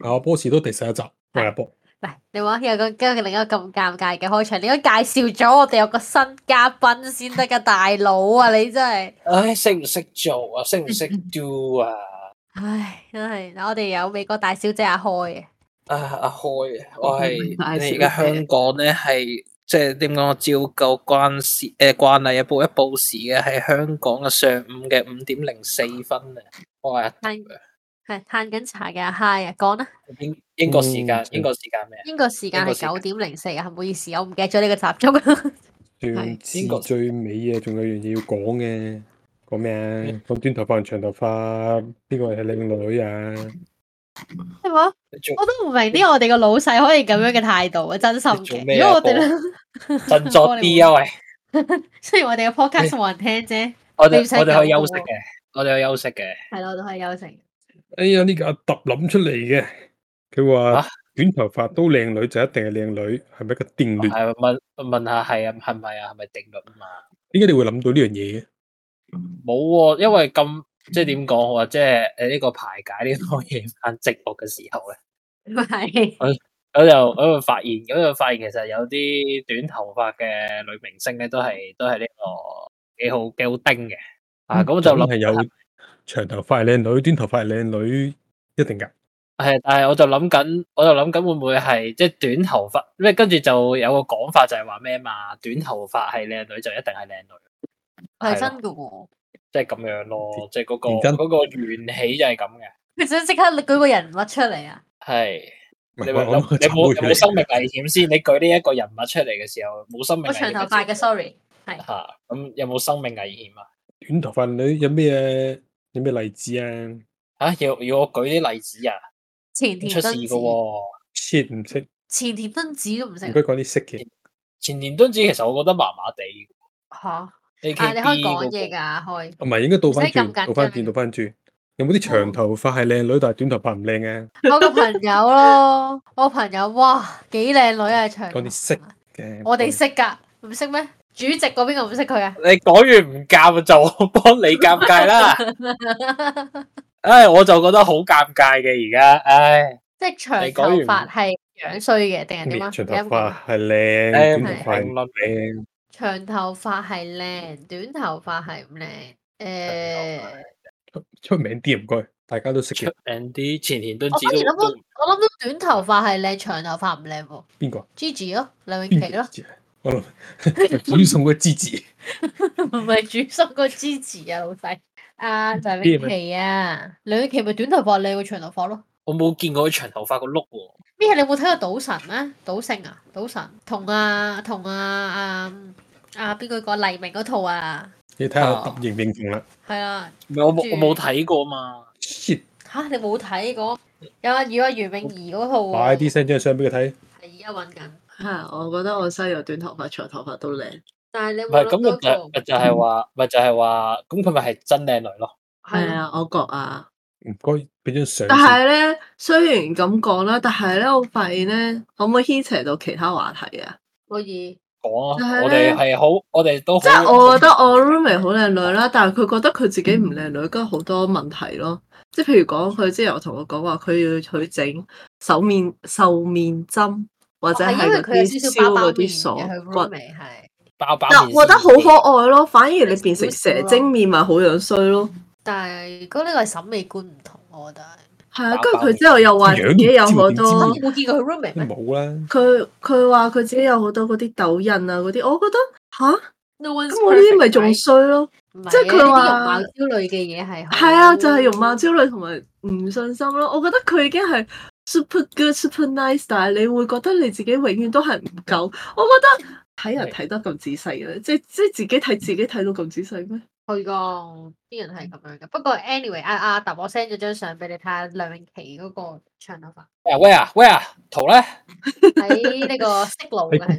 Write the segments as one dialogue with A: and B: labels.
A: 阿波士都第十一集，我係阿波。
B: 嗱，你話有個跟住另一個咁尷尬嘅開場，你應該介紹咗我哋有個新嘉賓先得噶，大佬啊，你真係，
C: 唉，識唔識做啊？識唔識 do 啊？
B: 唉，真係，嗱我哋有美國大小姐阿開嘅，
C: 啊，阿開啊，我
D: 明白
C: 係
D: 小
C: 你
D: 姐
C: 而家香港咧，係即係點講？我照舊關事誒慣例啊，報一報時嘅係香港嘅上午嘅五點零四分啊，我係阿
B: 係係嘆緊茶嘅阿 Hi 啊，講啦，
C: 英英國時間
A: 嗯，
C: 英國時間 咩啊？
B: 英國時間
C: 英國
B: 係
C: 時間
B: 九點零四啊，唔好意思，我唔記得咗呢個集 中，
A: 段
D: 係
A: 英國最尾啊，仲有樣嘢要講嘅，講咩啊？講短頭髮同長頭髮，邊個係靚女啊？
B: 係嘛？
C: 你做啊
B: 我都唔明啲我哋個老細可以咁樣嘅態度啊，真心
C: 你做
B: 嘅。
C: 咩
B: 如
C: 啊
B: 果我哋咧，
C: 振作啲啊！喂，
B: 雖然我哋嘅 podcast 冇人聽啫，
C: 我
B: 你唔使
C: 哋我哋可以
B: 咁
C: 休息
B: 喎
C: 嘅，我哋有休息嘅。
B: 係咯，我都可以休息。
A: 哎呀，呢個阿特諗出嚟嘅，佢話
C: 啊
A: 短頭髮都靚女就一定係靚女，係咪一個定律？
C: 係問問下係啊，係咪啊？係咪定律啊嘛？
A: 點解你會諗到呢樣嘢嘅？
C: 冇喎、因為咁即係點講好啊？即係誒呢個排解呢個夜晚寂寞嘅時候咧，
B: 係
C: 我就我就發現，咁就發現其實有啲短頭髮嘅女明星咧，都係都係呢、個幾好幾好丁嘅。
A: 嗯
C: 啊，咁我就諗
A: 係有長頭髮係靚女，短頭髮係靚女，一定㗎。
C: 係，但係我就諗緊，我就諗緊會唔會係即係短頭髮，咩跟住就有個講法就係話咩嘛，短頭髮係靚女就一定係靚女，
B: 係
C: 係
B: 真
C: 咯
B: 嘅喎，
C: 即係咁樣
A: 嗯
C: 咯，即係嗰、個
A: 認真
C: 嗰個緣起就係咁嘅，
B: 佢想即刻舉個人物出嚟啊！
C: 係。
A: 唔係
C: 你
A: 我
C: 咪
A: 諗
C: 諗
A: 佢
C: 你
A: 走咗
C: 冇有
A: 出
C: 冇
A: 嚟
C: 生命危險先？你舉呢一個人物出嚟嘅時候，冇生命
B: 我
C: 危
B: 長
C: 險先。
B: 頭髮嘅，sorry，
C: 嚇，咁有冇生命危險啊？
A: 短頭髮女有咩有咩例子啊？
C: 嚇，要要我舉啲例子啊？
B: 前
C: 咁
B: 田
C: 出事
B: 敦
C: 嘅
B: 子，
C: 喎。
A: shit 唔識，
B: 前田敦子都唔識
A: 唔該講啲識嘅。
C: 前年敦子其實我覺得麻麻地
B: 吓，啊
C: ，A
B: 你可
C: K B
B: 以講嘢
C: 嗰個
B: 㗎，可以。
A: 唔係應該倒翻
B: 唔使咁緊
A: 轉，
B: 張
A: 倒翻轉，倒翻轉。有冇啲長頭髮係靚女，但係短頭髮唔靚嘅？
B: 我個朋友咯，我朋友哇幾靚女啊，長頭
A: 講啲識
B: 髮。
A: 嘅，
B: 我哋識㗎，唔識咩？主席嗰邊個唔識佢啊？
C: 你講完唔尷就我幫你尷尬啦。唉，我就覺得好尷尬嘅而家，唉，
B: 即係
C: 你
B: 長頭
C: 講
B: 髮
C: 完
B: 係樣衰嘅定係點啊？
A: 長頭
B: 你有冇講
A: 髮係靚，短
C: 唉
A: 頭髮
C: 評
A: 唔
C: 論
A: 靚。
B: 長頭髮係靚，短頭髮係唔靚。誒，
A: 出出名啲唔該，大家都識
C: 出
A: 嘅。
C: 名啲前年敦
B: 我
C: 子
B: 反而
C: 都
B: 諗
C: 都
B: 到，我諗到短頭髮係靚，長頭髮唔靚喎。
A: 邊個？
B: Gigi 咯，梁詠
A: 邊
B: 琪咯，
A: 個？ 我諗主送個芝芝，
B: 唔係主叔個 Gigi 啊，老細。啊，梁詠琪啊，梁詠琪咪短頭髮靚過長頭髮咯。
C: 我冇見過佢長頭髮個碌喎。
B: 咩？啊你有冇睇過賭神咩？賭聖啊，賭神同啊同啊啊啊邊個個黎明嗰套啊，
A: 你睇下
C: 啊
A: 揼認唔認同啦。
B: 係啊
C: 唔係我冇
B: 住
C: 我冇睇過嘛。
A: shit，
B: 吓你冇睇過？有啊，如果袁詠儀嗰套啊，
A: 快啲 send 張相俾佢睇。
B: 係而家揾緊，
D: 嚇，我覺得我西柚短頭髮、長頭髮都靚。
B: 但係你有
C: 唔
B: 冇
C: 係咁咪
B: 諗到
C: 就咪就係話，咪就係話，咁佢咪係真靚女咯？
B: 個係
D: 係
B: 啊？
D: 啊，我覺啊。
A: 唔該，俾張相
D: 但
A: 先。
D: 係咧，雖然咁講啦，但係咧，我發現咧，可唔可以牽扯到其他話題啊？
B: 可以
C: 講
D: 但
C: 啊，
D: 係
C: 我哋
D: 咧
C: 係好，我哋都
D: 即係我覺得我 roommate 好靚女啦，但係佢覺得佢自己唔靚女，跟住好多問題咯。即係譬如講，佢之前有同我講話，佢要去整手面瘦面針，或者
B: 哦係
D: 係
B: 因為
D: 嗰
B: 佢有
D: 啲
B: 少少
D: 燒
B: 包包
D: 嗰啲鎖
B: 面嘅，佢 r o o
D: 骨
B: m。係，
C: 包包
D: 但
C: 面
D: 我覺得好
C: 先至
D: 可愛咯，反而你變成
B: 少少
D: 蛇
B: 咯
D: 精面咪好樣衰咯。
B: 但係如果呢個係審美觀唔同，我覺得係。
D: 係啊，
C: 包
D: 跟住
C: 包面
D: 佢之後又話自己有好
A: 樣都
D: 多
A: 知
B: 你，冇見過佢 roommate 咩？
A: 冇啦，
D: 佢佢話佢自己有好多嗰啲痘印啊嗰啲，我覺得吓，
B: No one's
D: 咁我呢啲咪
B: perfect,
D: 仲
B: right？嗯
D: 衰咯。
B: 唔係
D: 即係
B: 嘅
D: 佢
B: 呢啲
D: 話
B: 容貌焦慮嘅嘢係
D: 係啊，就係容貌焦慮同埋唔信心咯。我覺得佢已經係 super good、super nice，但係你會覺得你自己永遠都係唔夠。我覺得睇人睇得咁仔細嘅，即係即係自己睇自己睇到咁仔細咩？
B: 去過啲人係咁樣嘅。不過 anyway，阿阿揼我 send 咗張相俾你睇下梁詠琪嗰個長 頭髮
C: 啊喂啊喂啊，圖咧
B: 喺呢個色路嘅 係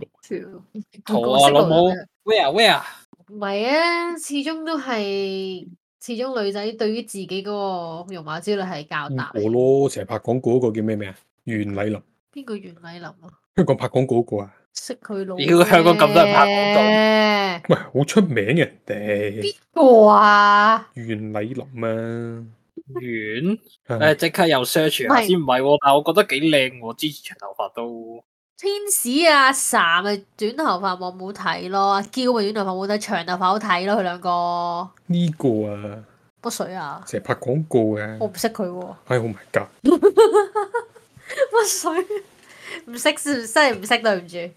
C: 圖
B: 個
C: 啊
B: 色路
C: 老母
B: 咁樣，
C: 喂啊喂啊，
B: 唔係啊，始終都係始終女仔對於自己嗰個容貌焦慮係較大。
A: 嗯我咯，成日拍廣告嗰個叫咩名啊？袁麗琳，
B: 邊個袁澧林啊？
A: 香港拍廣告嗰個啊，
B: 識佢老
C: 屌香港咁多人拍廣告
B: 告，
A: 喂，好出名嘅人哋，
B: 邊個啊？
A: 袁麗琳啊，
C: 完
A: 係
C: 诶，即刻又 search 下
B: 喂
C: 先，唔係喎，但我覺得幾靚喎，之前長頭髮都
B: 天使啊，岑咪短頭髮冇冇睇咯，阿嬌咪短頭髮冇睇，長頭髮好睇咯，佢兩個
A: 呢個啊，
B: 乜水啊？
A: 成日拍廣告嘅
B: 我。唔識佢喎，
A: 哎，oh my god！
B: 乜水？唔識唔真係唔識，對唔住。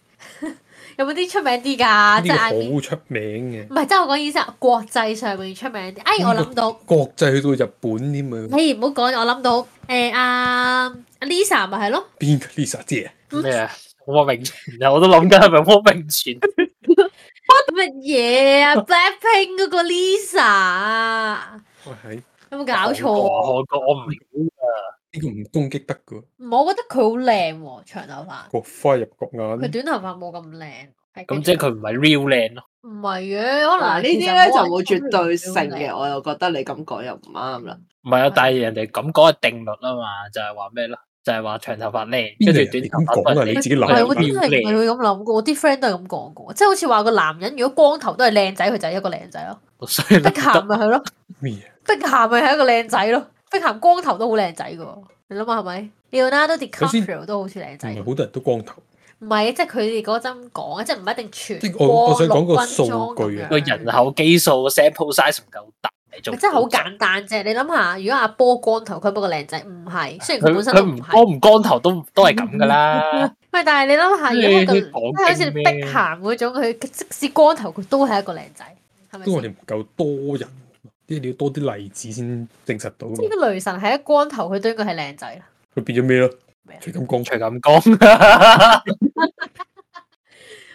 B: 有冇啲出名啲㗎？
A: 呢
B: 啊即
A: 個
B: 係 I mean-
A: 好出名嘅
B: 唔，係，即係我講意思係國際上面出名啲。哎，
A: 呢個
B: 我諗到，
A: 國際去到日本添啊！
B: 嘿唔好講，我諗到誒阿 Lisa 咪係咯，
A: 邊個 Lisa 姐啊？
C: 咩啊？我明前啊，我都諗緊係咪汪明前？
B: 乜 嘢啊？Blackpink 嗰個 Lisa 啊，
A: 喂，係
B: 有冇搞
C: 韓國
B: 錯？
C: 啊韓國我唔明
A: 呢個唔攻擊得噶，
B: 我覺得佢好靚喎，長頭髮。
A: 各花入各
B: 佢
A: 眼。
B: 短頭髮冇咁靚，係
C: 咁即係
B: 跟住
C: 佢唔係 real 靚咯。
B: 唔係嘅，可
D: 嗱
B: 能
D: 呢啲咧就冇絕對性嘅，我又覺得你咁講又唔啱啦。
C: 唔係啊，但係人哋咁講係定律啊嘛，就係話咩咯？就係話長頭髮靚，
A: 邊
C: 跟
A: 個人
C: 住短
A: 哋
C: 頭
A: 咁
C: 髮
A: 講啊
C: 都係
A: 你
C: 靚
A: 自己諗
B: 係我
A: 諗
B: 真係唔係
C: 靚。
B: 會咁諗嘅，我啲 friend 都係咁講嘅，即係好似話個男人如果光頭都係靚仔，佢就係一個靚仔咯。
C: 所以
B: 碧咸咪係咯，
A: 咩啊？
B: 碧咸咪係一個靚仔咯，碧咸光頭都好靚仔嘅喎，你諗下係咪？Leonardo
A: 首先嗯
B: DiCaprio 都好似靚
A: 原來
B: 仔，
A: 好多人都光頭。
B: 唔係即係佢哋嗰陣講，即係唔一定全
A: 即係
B: 光
A: 我我想講個
B: 陸軍
A: 數
B: 裝咁
A: 據啊
B: 樣
C: 個人口基數 sample size 唔夠大，你仲
B: 咪真係好簡單啫！你諗下，如果阿波光頭，佢不過靚仔，唔係，雖然佢
C: 佢
B: 本身都唔
C: 佢唔
B: 係。
C: 光唔光頭都都係咁 噶啦。
B: 喂，但係你諗下，
C: 即
B: 如
C: 係
B: 果佢
C: 啲港
B: 個即係好似
C: 警咩
B: 碧咸嗰種，佢即使光頭，佢都係一個靚仔，係咪
A: 因為我
B: 先？
A: 哋唔夠多人，啊即係你要多啲例子先證實到。
B: 即係個雷神係一光頭，佢都應該係靚仔啦。
A: 佢變咗咩咯
B: 咩啊？
A: 徐錦江
C: 徐錦江，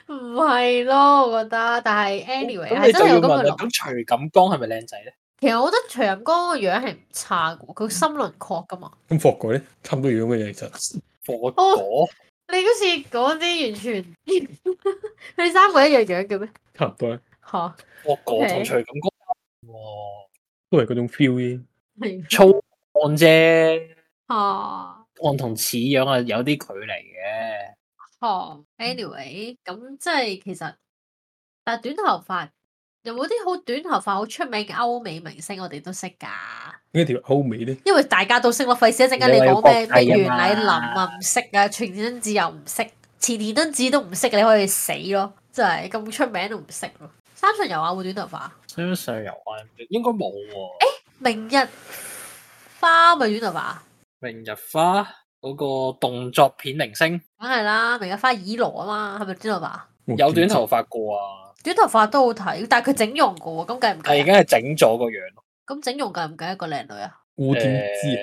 B: 唔係咯，我覺得。但係 anyway
C: 咁
B: 係真
C: 你就
B: 係
C: 要
B: 有咁嘅
C: 問啦。
B: 諗。
C: 咁徐錦江係咪靚仔咧？
B: 其實我覺得徐仁光個樣係唔差嘅喎，佢心輪廓噶嘛。
A: 咁霍改咧，差唔多樣嘅嘢其實。
B: 哦
C: 火火
B: 你好似講啲完全， 佢哋三個一樣樣嘅咩？
A: 差唔多咧，
B: 嚇
C: 火火同
B: OK
C: 徐錦江喎，
A: 都係嗰種 feel 啫。
B: 係啊
C: 粗漢啫，
B: 嚇。
C: 漢同似樣啊有啲距離嘅。
B: 哦，anyway，咁即係其實，但係短頭髮有冇啲好短頭髮好出名嘅歐美明星，我哋都識㗎，
A: 點解條歐美咧？
B: 因為大家都識咯。費事一陣間你
C: 你話有
B: 講咩
C: 國際
B: 咩
C: 㗎
B: 袁澧林
C: 嘛
B: 啊唔識啊，全天志又唔識，前田敦子都唔識，你可以死咯，真係咁出名都唔識咯。三上悠亞會短頭髮，
C: 相上游啊，應該冇喎。
B: 明日花咪短頭髮，
C: 明日花嗰、個動作片明星
B: 梗係啦，明日花綺羅啊嘛，係咪短頭髮？
A: 哇
C: 有短頭，髮過啊，
B: 短頭髮都好睇，但係佢整容㗎喎，咁計唔
C: 但係而
B: 計啊？
C: 家係整咗個樣咯。
B: 咁整容計唔計一個靚女啊？
A: 我點知啊？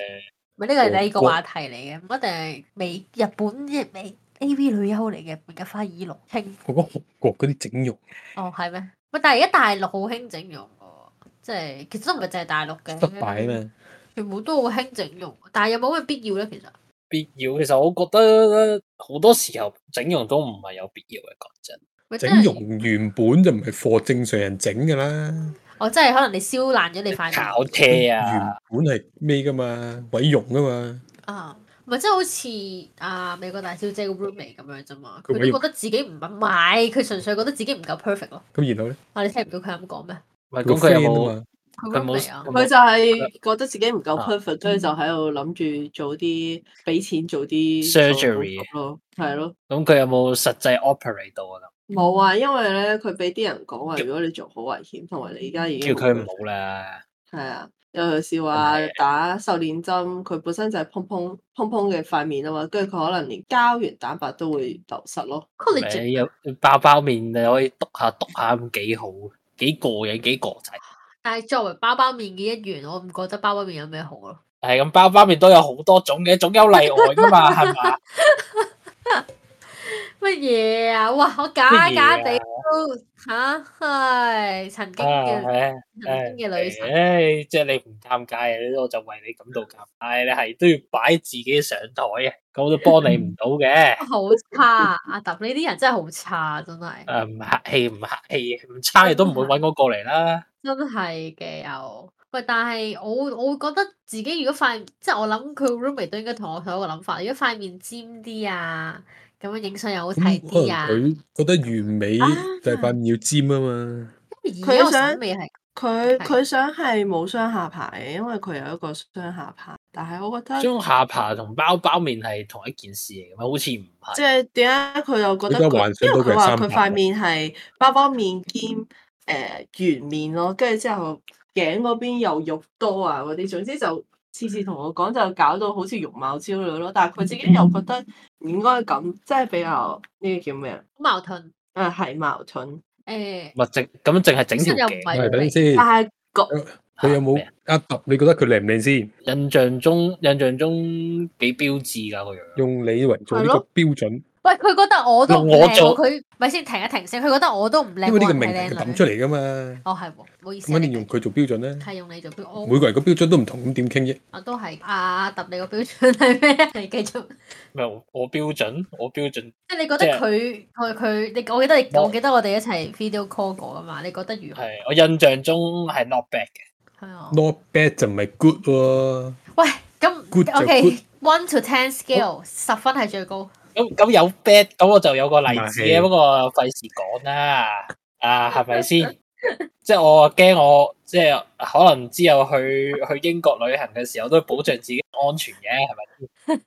B: 咪呢個係
A: 韓
B: 第二個
A: 國
B: 話題嚟嘅，唔一定係美日本嘅美 A.V. 女優嚟嘅，明日花綺羅興
A: 我講韓國嗰啲整容
B: 哦係咩？咪但係而家大陸好興整容喎，即係其實都唔係淨係大陸嘅，
A: 失敗啊嘛，
B: 全部都好興整容，但係有冇咁嘅必要咧？其實
C: 必要，其實我覺得好多時候整容都唔係有必要嘅，講真。
B: 咪真係
A: 整容原本就唔係貨正常人整㗎啦，
B: 哦，真係可能你燒爛咗你塊面
C: 炒車啊，
A: 原本係咩㗎嘛，毀容㗎嘛，
B: 啊，咪即係好似啊美國大小姐個 roommate 咁樣啫嘛，佢
A: 佢毀
B: 都
A: 容
B: 覺得自己唔唔係，佢純粹覺得自己唔夠 perfect 咯。
A: 咁然後咧，
B: 啊，你聽唔到佢咁講咩？
C: 唔係
A: 個
C: 咁佢有
A: friend 啊
C: 冇
A: 嘛，
B: 佢
C: 佢冇
B: roommate 啊？
D: 佢就係覺得自己唔夠
C: 啊
D: perfect，所以就喺度諗住做啲俾錢做啲
C: Surgery
D: 手術咯，係咯。
C: 咁佢有冇實際 operate 到啊？
D: 冇啊，因為咧佢俾啲人講話，如果你做好危險，同埋你而家已
C: 咁
D: 經
C: 叫佢唔好啦，
D: 係啊，尤其是話打瘦臉針，佢本身就係砰砰砰砰嘅塊面啊嘛，跟住佢可能連膠原蛋白都會流失咯。
B: college
C: 你有包包面你可以篤下篤下咁幾好，幾過癮幾過仔。
B: 但係作為包包面嘅一員，我唔覺得包包面有咩好咯。
C: 係咁，包包面都有好多種嘅，總有例外 噶嘛，係嘛？
B: 乜嘢啊？哇！我假
C: 乜嘢
B: 假
C: 啊
B: 地都吓，係曾經嘅
C: 唉
B: 曾經嘅女神。
C: 唉，即係你唔尷尬嘅，我就為你感到尷尬。你係都要擺自己上台嘅，咁我都幫你唔到嘅。
B: 好差，阿揼呢啲人真係好差，真 係
C: 誒啊唔客氣，唔客氣，唔差你都唔會揾我過嚟 啦。
B: 真係嘅又。喂，但係我會我會覺得自己如果塊，即係我諗佢 roommate 都應該同我同一個諗法。如果塊面尖啲啊，咁樣影相又好睇
A: 咁可
B: 啲
A: 能
B: 啊。
A: 佢覺得完美
D: 啊
A: 就係塊面要尖啊嘛，
B: 因為而家我
D: 佢想
B: 審美係
E: 佢
B: 係
E: 佢想係冇雙下巴嘅，因為佢有一個雙下巴。但係我覺得
C: 將下巴同包包面係同一件事嚟嘅咩？好似唔係。
E: 即係點解佢又覺得
A: 應該
E: 佢
A: 幻想
E: 因為
A: 到佢
E: 佢
A: 係
E: 話
A: 三百
E: 佢塊
A: 喎
E: 面係包包面兼誒、呃圓面咯，跟住之後頸嗰邊又肉多啊嗰啲，總之就次次同我講就搞到好似容貌焦慮咯。但係佢自己又覺得唔應該咁，即係比較呢個叫咩啊？
B: 好矛盾。
E: 誒係矛盾，
B: 誒、
C: 咪淨咁淨係整條
B: 又唔
C: 頸。
A: 喂，
B: 係
A: 等陣先，
E: 但係個
A: 佢有冇呃揼？你覺得佢靚唔靚先？
C: 印象中印象中幾標啊誌㗎個樣。
A: 用你為做呢個
E: 係咯
A: 標準，
B: 喂，佢覺得我都唔
C: 用我
B: 靚喎，
C: 做
B: 佢咪先停一停先，佢覺得我都唔靚，
A: 因為呢個
B: 冇
A: 名
B: 人
A: 係
B: 睇靚女
A: 抌出嚟噶嘛，
B: 哦，係喎，唔好意思
A: 咁
B: 啊，
A: 肯
B: 你
A: 定用
B: 繼
A: 佢做標準啦
B: 續。係用你做標，我
A: 每個人個標準都唔同，咁點傾啫？
B: 我都係啊，揼你個標準係咩？ 你繼續，
C: 咩？啊我我標準，我標準。
B: 即係你覺得
C: 即係
B: 佢佢佢，你我記得你，
C: 我
B: 我記得我哋一齊 video call 過噶嘛？你覺得如何？
C: 係我印象中係 not bad 嘅。
B: 係啊，
A: Not bad 就唔係 good 喎，
B: 喂，
A: Good 就
B: 咁 OK one to ten scale 十分係最高，
C: 咁咁有 bad，咁我就有個例子
A: 唔係
C: 嘅，不過費事講啦。啊，係咪 先？即係我驚我即係可能之後去去英國旅行嘅時候，都保障自己安全嘅，係咪？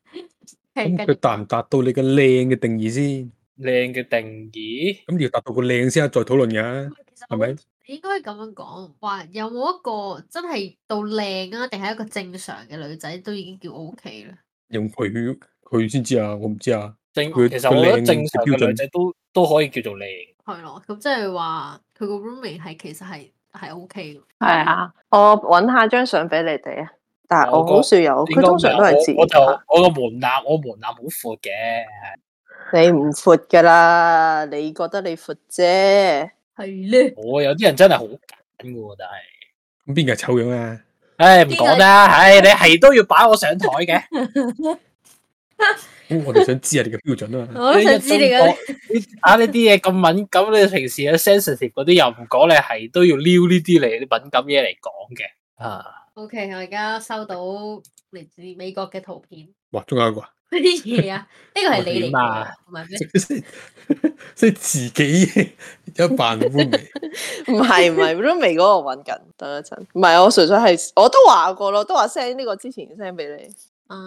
B: 係
A: 咁
B: 跟
A: 佢
B: 住
A: 達唔達到你嘅靚嘅定義先？
C: 靚嘅定義，
A: 咁要達到個靚先啊，再討論㗎，
E: 嗯
B: 其實
A: 係
B: 我
A: 咪？
B: 應該咁樣講，話有冇一個真係到靚啊，定係一個正常嘅女仔都已經叫 O K 啦。
A: 用佢佢先知啊，我唔知啊。
C: 正
A: 佢
C: 其實我覺得正常
A: 佢靚嘅標準
C: 嘅女仔都都可以叫做靚。
B: 係咯，咁即係話佢個 roommate 係其實係係 O K 嘅。
E: 係啊，我揾下張相俾你哋啊。但係
C: 我
E: 我
C: 個
E: 好少有，
C: 應該
E: 哦佢通常都係啊自
C: 我我就
E: 拍。
C: 我個門檻，我門檻好闊嘅。
E: 你唔闊㗎啦，你覺得你闊啫。
B: 係咧，
C: 我有啲人真係好揀嘅，但係，
A: 咁邊個係醜樣啊？
C: 唉唔講啦，唉你係都要擺我上台嘅。
A: 咁我哋想知下你嘅標準啊嘛。
B: 我都想知你嘅。
C: 你啊呢啲嘢咁敏感，你平時嘅 sensitive 嗰啲又唔講，你係都要撩呢啲嚟啲敏感嘢嚟講嘅。啊，
B: O、k 我而家收到嚟自美國嘅圖片，
A: 哇，仲有一個 啊，
B: 乜啲嘢啊？呢個係你嚟
C: 點啊
B: 㗎，唔係 咩？
A: 即係自己有扮 r o o
E: 唔係唔係 Roomy 嗰個揾緊，等一陣。唔係我純粹係，我都話過咯，都話 send 呢個之前 send 俾你。
B: 啊，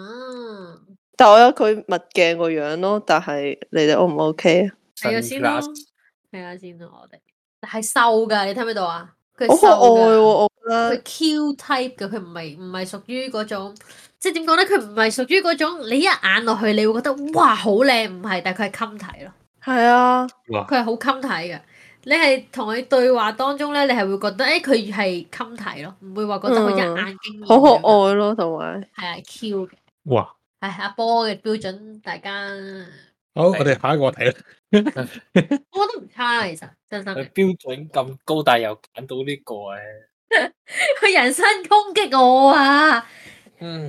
E: 但我有佢墨鏡個樣咯，但係你哋 O 唔 OK 啊？
B: 睇下先咯
C: Sunglass，
B: 睇下先咯，我哋係瘦㗎，你聽唔聽到啊？佢
E: 好
B: 係
E: 可
B: 瘦
E: 愛啊
B: 㗎。
E: 喎，我覺
B: 佢
E: 得
B: Q type 嘅，佢唔係唔係屬於嗰種，即係點講咧？佢唔係屬於嗰種，你一眼落去你會覺得哇好靚，唔係，但係佢係襟睇咯，
E: 係啊，
B: 佢係好襟睇嘅。你係同佢對話當中咧，你係會覺得誒佢係襟睇咯，唔會話覺得佢一
E: 嗯
B: 眼驚豔
E: 好可
B: 咁樣，
E: 愛咯，同埋
B: 係啊 Q 嘅，
A: 哇，
B: 係阿波嘅標準，大家
A: 好， 我哋下一個話題啦。
B: 我覺得唔差啦，其實真心
C: 佢
B: 嘅，
C: 標準咁高，但係又揀到呢個嘅。
B: 佢人身攻擊我啊！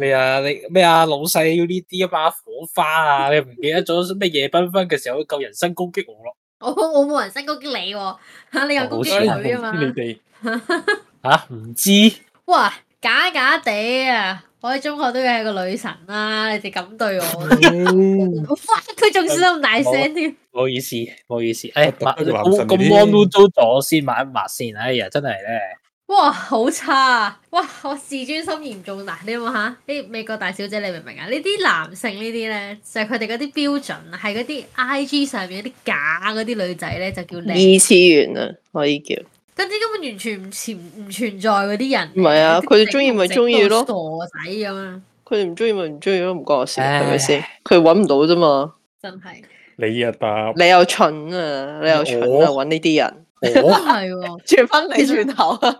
C: 咩啊？你咩啊？老細要呢啲啊嘛，火花啊！你唔記得咗咩夜繽紛嘅時候，夠人身攻擊我咯？
B: 我我冇人身攻擊你喎、嚇你又攻擊
C: 好笑
B: 佢啊嘛
A: 你。哋
C: 吓，啊唔知。
B: 哇，假假地啊！我喺中學都係個女神啦、你哋咁對我，
A: 嗯
B: 哇！佢仲笑得咁大聲添，
C: 唔好意思，唔好意思，诶、哎，
A: 特
C: 抹
A: 登話唔
C: 咁
A: 信
C: 咁
A: 你
C: o 污糟咗先，抹一抹先。哎呀，真係咧，
B: 哇！好差啊！哇！我自尊心嚴重嗱，你諗下，啲美國大小姐你明唔明啊？呢啲男性呢啲咧，就係佢哋嗰啲標準啊，係嗰啲 I G 上面嗰啲假嗰啲女仔咧，就叫靚，
E: 二次元啊，可以叫。
B: 跟住根本完全唔存唔存在嗰啲人。
E: 唔係啊佢哋鍾意咪鍾意咯
B: 傻仔咁啊！
E: 佢哋唔中意咪唔中意咯，唔關我事，係咪
C: 唉
E: 先？佢揾唔到啫嘛，
B: 真係
A: 你啊答，
E: 你又蠢啊，你又蠢
A: 我
E: 啊，揾呢啲人，
B: 真
A: 我
B: 係 喎。
E: 轉翻你
B: 其實
E: 轉頭啊！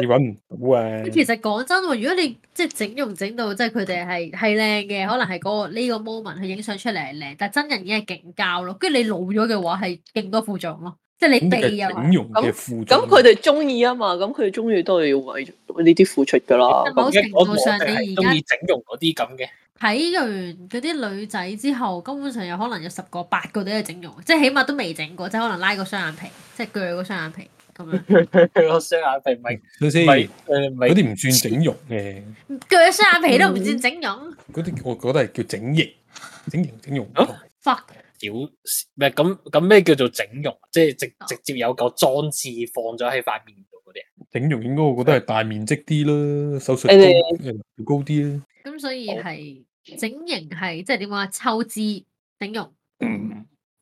A: 你揾唔到 啊
B: 咁。其實講真喎，如果你即係整容整到即係佢哋係係靚嘅，可能係嗰、個呢、個 moment 佢影相出嚟係靚，但真人已經係勁膠咯。跟住你老咗嘅話係勁多副像咯，即係你
A: 咁
B: 鼻啊
A: 你
B: 又係
A: 整容嘅副
E: 啊咁佢哋中意啊嘛，咁佢哋中意都係要為呢啲付出噶啦。
B: 某
C: 我
B: 程
C: 我我
B: 度
C: 哋
B: 上
C: 係
B: 你
C: 中
B: 而
C: 意整容嗰啲咁嘅，
B: 家睇完嗰啲女仔之後，根本上有可能有十個八個都係整容，即係起碼都未整過，即係可能拉個雙眼皮，即係鋸個雙眼皮咁樣，
C: 佢個雙眼皮唔係
A: 等
C: 唔
A: 先，
C: 係
A: 嗰
C: 誒唔係
A: 啲唔算整容嘅，
B: 鋸雙眼皮都唔算整容。
A: 嗰啲我覺得係叫整形，整形整容唔
E: 哦
C: 啊
A: 同。
B: fuck，
C: 屌，唔係
B: 哦
C: 咁咁咩叫做整容？即係直直接有嚿裝置放咗喺塊面度嗰啲啊，
A: 整容應該我覺得係大面積啲啦，手術
E: 你
A: 高誒高啲啦。
B: 咁所以係整形係即係點講啊？抽脂整容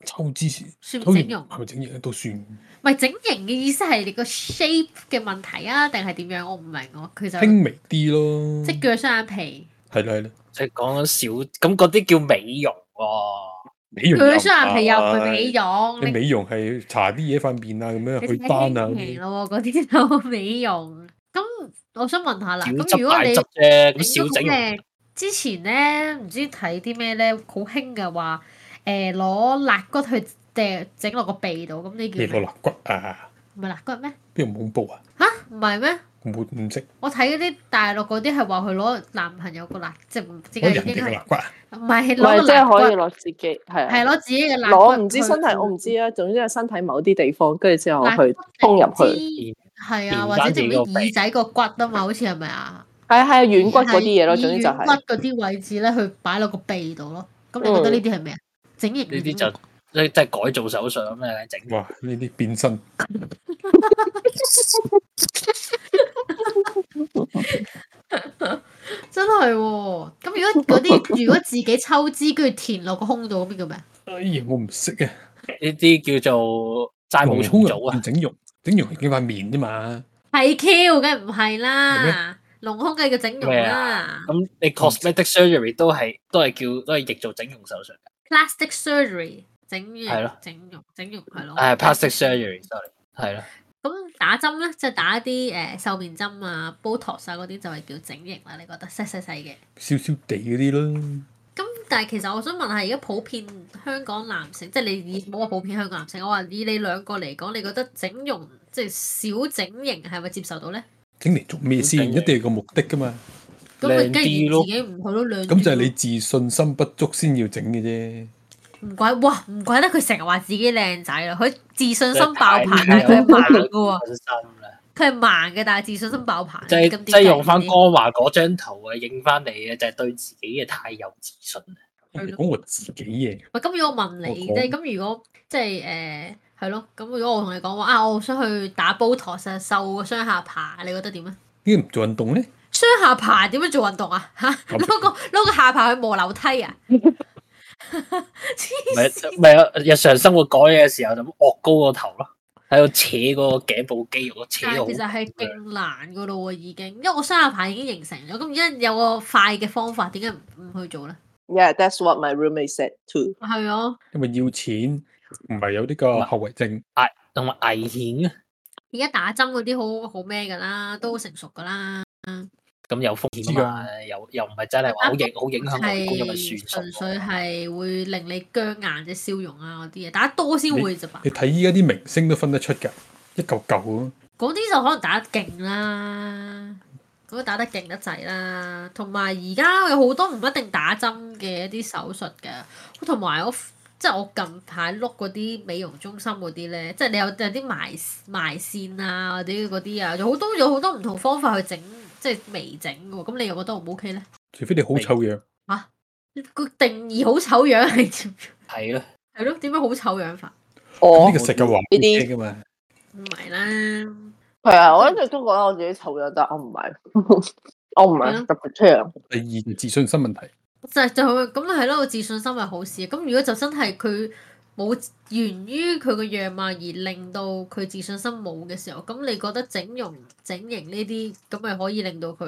A: 抽脂時
B: 算唔
A: 抽
B: 算
A: 完
B: 整容？
A: 係咪整形都算？
B: 唔係整形嘅意思係你個 shape 嘅問題啊，定係點樣？我唔明喎。佢就
A: 輕微啲咯。
B: 即腳雙眼皮，
A: 係啦係啦，
C: 即係講緊少，咁嗰啲叫美容喎。
A: 美容
B: 腳雙眼皮又唔係美 容，
A: 你
B: 你
A: 美容係搽啲嘢塊面啊，咁樣
B: 你
A: 啊去
B: 睇
A: 斑啊 咁
B: 輕型
A: 樣。
B: 咯喎，嗰啲就美容。咁我想問下啦，
C: 少
B: 咁如
C: 執
B: 果
C: 大
B: 你
C: 執啫，咁
B: 整
C: 少
B: 咗
C: 整
B: 好
C: 容
B: 靚之前咧唔知睇啲咩咧，好興嘅話，誒攞肋骨去掟整落個鼻度，咁呢叫
A: 你落
B: 咩
A: 肋骨啊？
B: 唔係肋骨咩？
A: 邊度恐怖啊？
B: 吓？唔係咩？
A: 我冇唔識，
B: 我睇嗰啲大陸嗰啲係話佢攞男朋友個肋，即係唔知
A: 我
B: 嘅
A: 人哋嘅
B: 應該
A: 肋
B: 係
A: 骨啊，
B: 唔係
E: 唔係
B: 攞
E: 即係
B: 個
E: 可以
B: 肋骨，
E: 攞自己係啊
B: 係攞自己嘅肋骨。
E: 攞唔知身體，我唔知啊。總之係身體某啲地方，跟住之後去衝入去。
B: 去。係啊，
C: 連
B: 或
C: 翻
B: 者做
C: 自己
B: 啲
C: 個鼻
B: 耳仔個骨啊嘛，好似係咪啊？
E: 係係軟骨嗰啲嘢咯，
B: 係
E: 總之就
B: 耳
E: 係、
B: 軟骨嗰啲位置咧，去擺落個鼻度咯。咁你覺
E: 嗯
B: 得呢啲係咩啊？整形
C: 呢
B: 嘅
C: 啲
B: 點啊
C: 就即即係改造手術咁咧整。
A: 哇！呢啲變身
B: 真係喎、咁如果嗰 啲如果自己抽脂跟住填落個胸度，咁叫咩啊？
A: 哎呀，我唔識啊！
C: 呢啲叫做債務重
A: 沖
C: 組啊！
A: 整容，整容係幾塊面啫嘛。
B: 係 Q，梗係唔係
A: 係
B: 啦，隆胸梗係叫整容
C: 咩啊
B: 啦
C: 咁你 cosmetic surgery 都係都係叫都係譯做整容手術，
B: ，plastic surgery 整
C: 係
B: 容
C: 咯、
B: 整容、整容係咯。
C: 係 plastic surgery，sorry，係啦。
B: 咁打針咧，就打一啲誒瘦面針啊、Botox 啊嗰啲，就係叫整形啦。你覺得細細細嘅？
A: 少少地嗰啲啦，
B: 咁但係其實我想問下，而家普遍香港男性，即係你以冇話普遍香港男性，我話以你兩個嚟講，你覺得整容即係小整形係咪接受到咧？
A: 整嚟做咩先？
C: 整
A: 一定有個目的噶嘛。
B: 咁咪
C: 靚
B: 跟住
C: 啲咯
B: 自己唔去到兩，
A: 咁就係你自信心不足先要整嘅啫。
B: 唔怪哇，唔怪得佢成日話自己靚仔啦，佢自信心爆棚，但
C: 真
A: 啊
B: 係佢係
C: 係太
B: 盲嘅喎，
C: 本身啦，
B: 佢係盲嘅，但係自信心爆棚。
C: 即
B: 咁
C: 係即
B: 點
C: 係
B: 解
C: 用翻
B: 呢
C: 光華嗰張圖啊，影翻嚟嘅就係對自己嘅太有自信。啊
B: 係咯
A: 講我自己嘢，
B: 喂，咁如果我問你
A: 我
B: 即係咁如果即係誒係咯，咁如果我同你講話啊，我想去打 Botox 啊瘦個雙下巴，你覺得點咧？
A: 點解唔做運動咧？
B: 雙下巴點樣做運動啊？嚇，
A: 咁
B: 攞個攞個下巴去磨樓梯啊？
C: 唔
B: 黐
C: 係唔係啊日常生活改嘅時候就咁惡高個頭咯，喺度扯嗰個頸部肌肉，扯
B: 但
C: 到
B: 係其實係勁難噶咯喎，已經，因為我雙下排已經形成咗，咁而家有個快嘅方法，點解唔唔去做咧？
E: Yeah, that's what my roommate said too。
B: 係啊，
A: 因為要錢，唔係有呢個後遺症。
C: 同埋危險啊，
B: 而家打針嗰啲好好咩㗎啦，都好成熟㗎啦，
C: 咁有風險啊嘛，又又唔係真係話好影好影響外觀，咁咪
B: 啊係
C: 算
B: 純
C: 數
B: 粹係會令你僵硬隻笑容啊嗰啲嘢，打得多先會咋吧
A: 你？睇依家啲明星都分得出㗎，一嚿嚿啊咁。
B: 嗰啲就可能打得勁啦，嗰啲打得勁得滯啦，同埋而家有好多唔一定打針嘅一啲手術嘅，同埋我 f- 即係我近排碌嗰啲美容中心嗰啲咧，即係你有有啲埋埋線啊或者嗰啲啊，有好多有好多唔同方法去整，即係微整嘅喎。咁你又覺得 O 唔 OK 咧？
A: 除非你好醜樣，
B: 個定義好醜樣 係點
C: 係咯。
B: 係咯？點樣好醜樣法？
E: 我
A: 呢個世界話
E: 哦呢啲
A: 嘅嘛。
B: 唔係啦，
E: 係啊，我一直都覺得我自己醜樣，但我唔係，我唔係特別出樣。
A: 第二就自信心問題，
B: 就係就係咁係咯，個自信心係好事。咁如果就真係佢冇源於佢個樣貌而令到佢自信心冇嘅時候，咁你覺得整容整形呢啲咁咪可以令到佢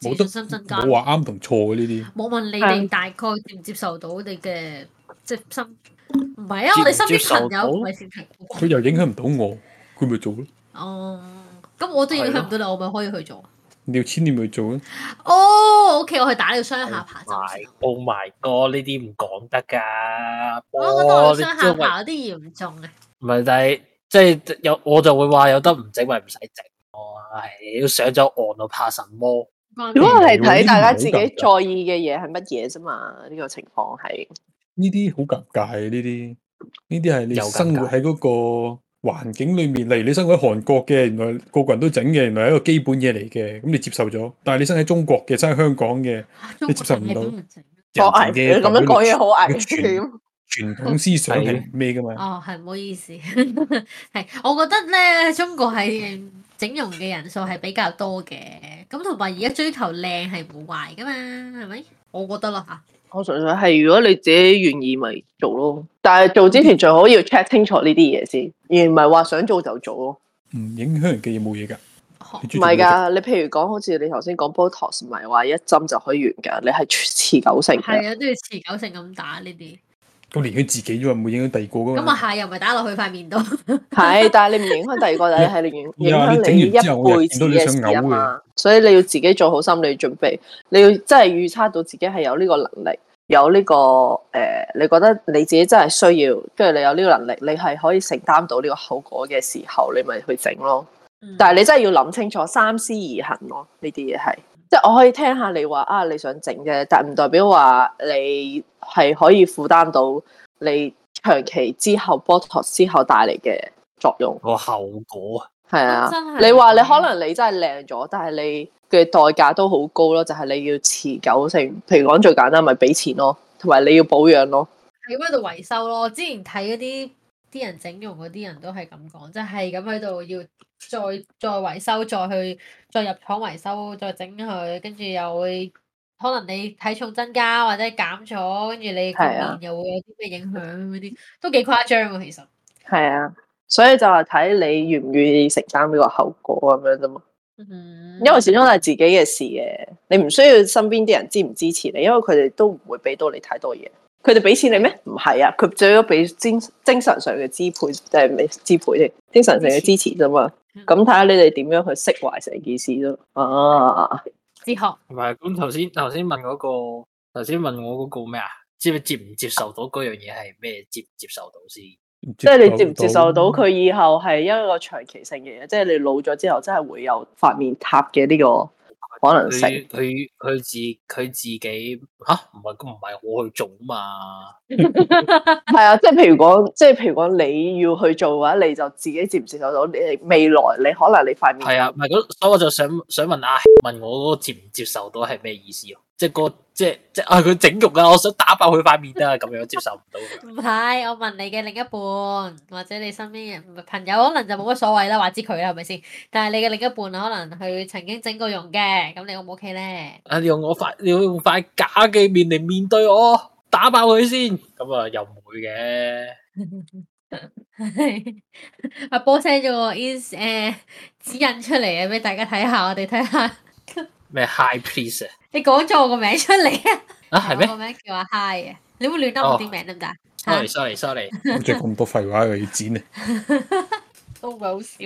B: 自
A: 冇得
B: 信心增加？
A: 冇話啱同錯嘅呢啲。
B: 冇問你
E: 係
B: 哋大概接唔接受到你嘅即係心？唔係啊，
C: 接唔
B: 我哋身
C: 接
B: 邊
C: 受
B: 朋
C: 到
B: 友唔係先係
A: 佢又影響唔到我，佢咪做咯。
B: 哦。咁我都影響唔到你，我咪可以去做。
A: 你要錢你咪做咯。
B: 哦，OK，我去打你個雙下巴針先
C: My。Oh my God！呢啲唔講得㗎，哦
B: 我覺得我
C: 波
B: 個雙下巴
A: 哦
B: 有啲嚴重啊。
C: 唔係，但係即係有我就會話有得唔整咪唔使整咯，唉，要上咗岸我怕什麼？
B: 關 咩
E: 如果
B: 事
E: 我哋睇大家自己在意嘅嘢係乜嘢啫嘛？呢個情況係
A: 呢啲好尷尬嘅呢啲，呢啲係你
C: 又尷尬
A: 生活喺嗰個環境裏面，例如你生活喺韓國嘅，原來個個人都整嘅，原來係一個基本嘢嚟嘅，咁你接受咗。但係你生喺中國嘅，生喺香港嘅，
B: 中
A: 你接受唔
B: 國人係
A: 到
B: 咁整
E: 好危
A: 人哋嘅
E: 險，咁樣講嘢好危
A: 全
E: 險。
A: 傳統思想係咩噶嘛？
B: 哦，係唔好意思，係我覺得咧，中國係整容嘅人數係比較多嘅，咁同埋而家追求靚係冇壞噶嘛，係咪？我覺得啦嚇。
E: 我純粹係如果你自己願意咪做咯，但係做之前最好要 check 清楚呢啲嘢先，而唔係話想做就做咯。
A: 唔影響人嘅嘢冇嘢㗎。
B: 學
A: 你中意
E: 唔
A: 做
E: 係
A: 咩啫，
E: 㗎，你譬如講好似你頭先講 Botox 唔係話一針就可以完㗎，你係持久性嘅。
B: 係啊，都要持久性咁打呢啲。
A: 咁連佢自己啫嘛，唔會影響第二個㗎
B: 咁啊
A: 嘛。
B: 係，又唔係打落去塊面度。
E: 係，但係你唔影響第 二個，但係你影
A: 你
E: 影響你一
A: 整完之後我又
E: 輩
A: 見
E: 子
A: 到你
E: 嘅
A: 想
E: 事
A: 嘔
E: 啊嘛。所以你要自己做好心理準備，你要真係預測到自己係有呢個能力，有呢、個誒、呃你覺得你自己真係需要，跟住你有呢個能力，你係可以承擔到呢個後果嘅時候，你咪去整咯。
B: 嗯
E: 但係你真係要諗清楚，三思而行咯。呢啲嘢係，即係我可以聽下你話啊，你想整啫，但唔代表話你係可以負擔到你長期之後 Botox 之後帶嚟嘅作用。
C: 個後果啊，
E: 係啊
B: 哦真，係
E: 你話你
B: 嘅
E: 可能你真係靚咗，但係你嘅代價都好高咯，就係、你要持久性。譬如講最簡單，咪俾錢咯，同埋你要保養咯。
B: 係咁喺度維修咯。我之前睇嗰啲啲人整容嗰啲人都係咁講，即係咁喺度要再再維修，再去再入廠維修，再整佢，跟住又會可能你體重增加或者減咗，跟住你個
E: 係啊
B: 面又會有啲咩影響嗰啲，都幾誇張喎。其實
E: 係啊，所以就係睇你願唔願意承擔呢個後果咁樣啫嘛。
B: 嗯
E: 因為始終都係自己嘅事嘅，你唔需要身邊啲人支唔支持你，因為佢哋都唔會俾到你太多嘢。佢哋俾錢你咩？唔係啊，佢最多俾精精神上嘅支配，即係咩支配啫，精神上嘅支持啫嘛。咁睇下你哋點樣去釋懷成件事咯。啊，
B: 自學
C: 唔係咁頭先頭先問嗰個頭先問我嗰個咩啊？接唔接唔接受到嗰樣嘢係咩？接唔接受到先？
E: 即係你接唔接受到佢以後係一個長期性嘅嘢，即係你老咗之後真係會有發面塌嘅呢個可能性。
C: 佢佢佢自佢自己吓唔係咁唔係我去做嘛？
E: 係啊，即係譬如講，即係譬如講，你要去做嘅話，你就自己接唔接受到，你未來你可能你塊面
C: 係啊，唔係咁，所以我就想想問阿問我嗰個接唔接受到係咩意思咯？即係個即係即係啊！佢整容啊，我想打爆佢塊面啊，咁樣接受唔到。
B: 唔係，我問你嘅另一半或者你身邊人唔係朋友，可能就冇乜所謂啦，話知佢啦，係咪先？但係你嘅另一半啊可能佢曾經整過容嘅，咁你 O 唔 OK 咧？
C: 啊！你用我塊，你用塊假嘅面嚟面對我，打爆佢先。咁啊，又唔會嘅。
B: 阿波 send 咗個 ins 誒指引出嚟啊，俾大家睇下，我哋睇下。
C: 咩 high please
B: 你講咗我個名出嚟
C: 啊？啊，
B: 啊！
C: 係咩
B: 我個名叫阿 Hi 啊，你會亂噏我
C: 哦
B: 啲名得唔得啊？
C: ？sorry sorry sorry，
A: 我即係咁多廢話又要剪啊！
B: 都唔係好笑。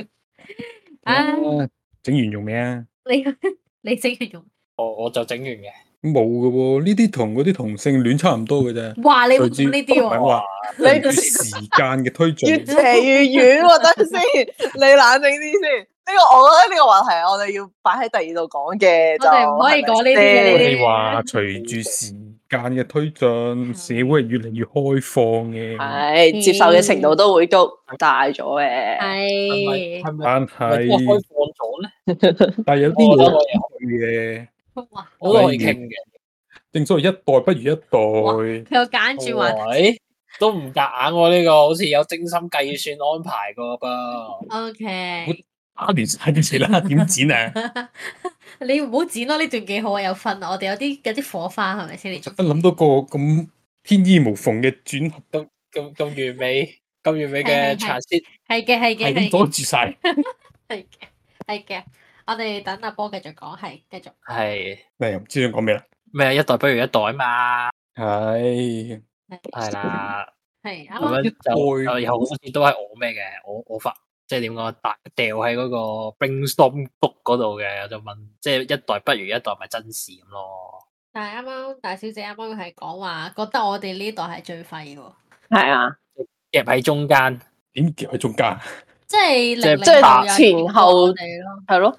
B: 唉，
A: 嗯整完用未啊？
B: 啊你 你整完容，
C: 我我就整完嘅。
A: 冇嘅喎，呢啲同嗰啲同性戀差唔多嘅啫。
B: 哇！你會
A: 隨
B: 講
A: 住
B: 呢啲
A: 唔係
B: 喎？
A: 話
E: 你
A: 隨住時間嘅推進
E: 越，斜越遠喎。等陣先，你冷靜啲先。呢個我覺得呢個話題我哋要擺喺第二度講嘅，就
B: 我哋唔可以講呢啲
A: 我
B: 嘅
E: 係咪先
A: 哋話隨住時間嘅推進，社會係越嚟越開放嘅。
E: 嗯係接受嘅程度都會高大咗嘅。
B: 係
C: 係咪係咪
A: 但
C: 係咪真係開
A: 係，
C: 放咗咧？
A: 但係有啲
C: 我覺得
A: 嘢
C: 我有
A: 嘅，
B: 哇！
C: 我都可以傾嘅。
A: 正所謂一代不如一代。
B: 佢又揀住話
C: 喂，都唔夾硬喎、呢、個好似有精心計算安排過噃。
B: O K，
A: 打亂啊晒啲詞啦，點剪 啊？
B: 你唔好剪咯，呢段幾好啊，有分啊，我哋有啲有啲火花係咪先？你
A: 特登諗到個咁天衣無縫嘅轉合，
C: 咁咁完美，咁完美
B: 係係係
C: 嘅 t r 即
B: 係嘅，係嘅，係嘅，
A: 住晒。
B: 係嘅，係嘅。我哋等阿波繼續講，係繼續。
C: 係
A: 嗱，又唔知想講咩啦。
C: 咩？一代不如一代嘛，
A: 係
C: 係啦。
B: 係啱啊
C: 咁
B: 啱
C: 樣就
A: 一代
C: 就又好似都係我咩嘅，我我發即係點講，啊大掉喺嗰個 brainstorm book 嗰度嘅，我就問即係一代不如一代咪真事咁咯。
B: 但係啱啱大小姐啱啱係講話，覺得我哋呢代係最廢喎，
E: 係啊，
C: 夾喺中間，
A: 點夾喺中間？
B: 即係零
C: 即係
B: 零
E: 即係
B: 後有人
E: 前後
B: 過我哋咯，
E: 係咯，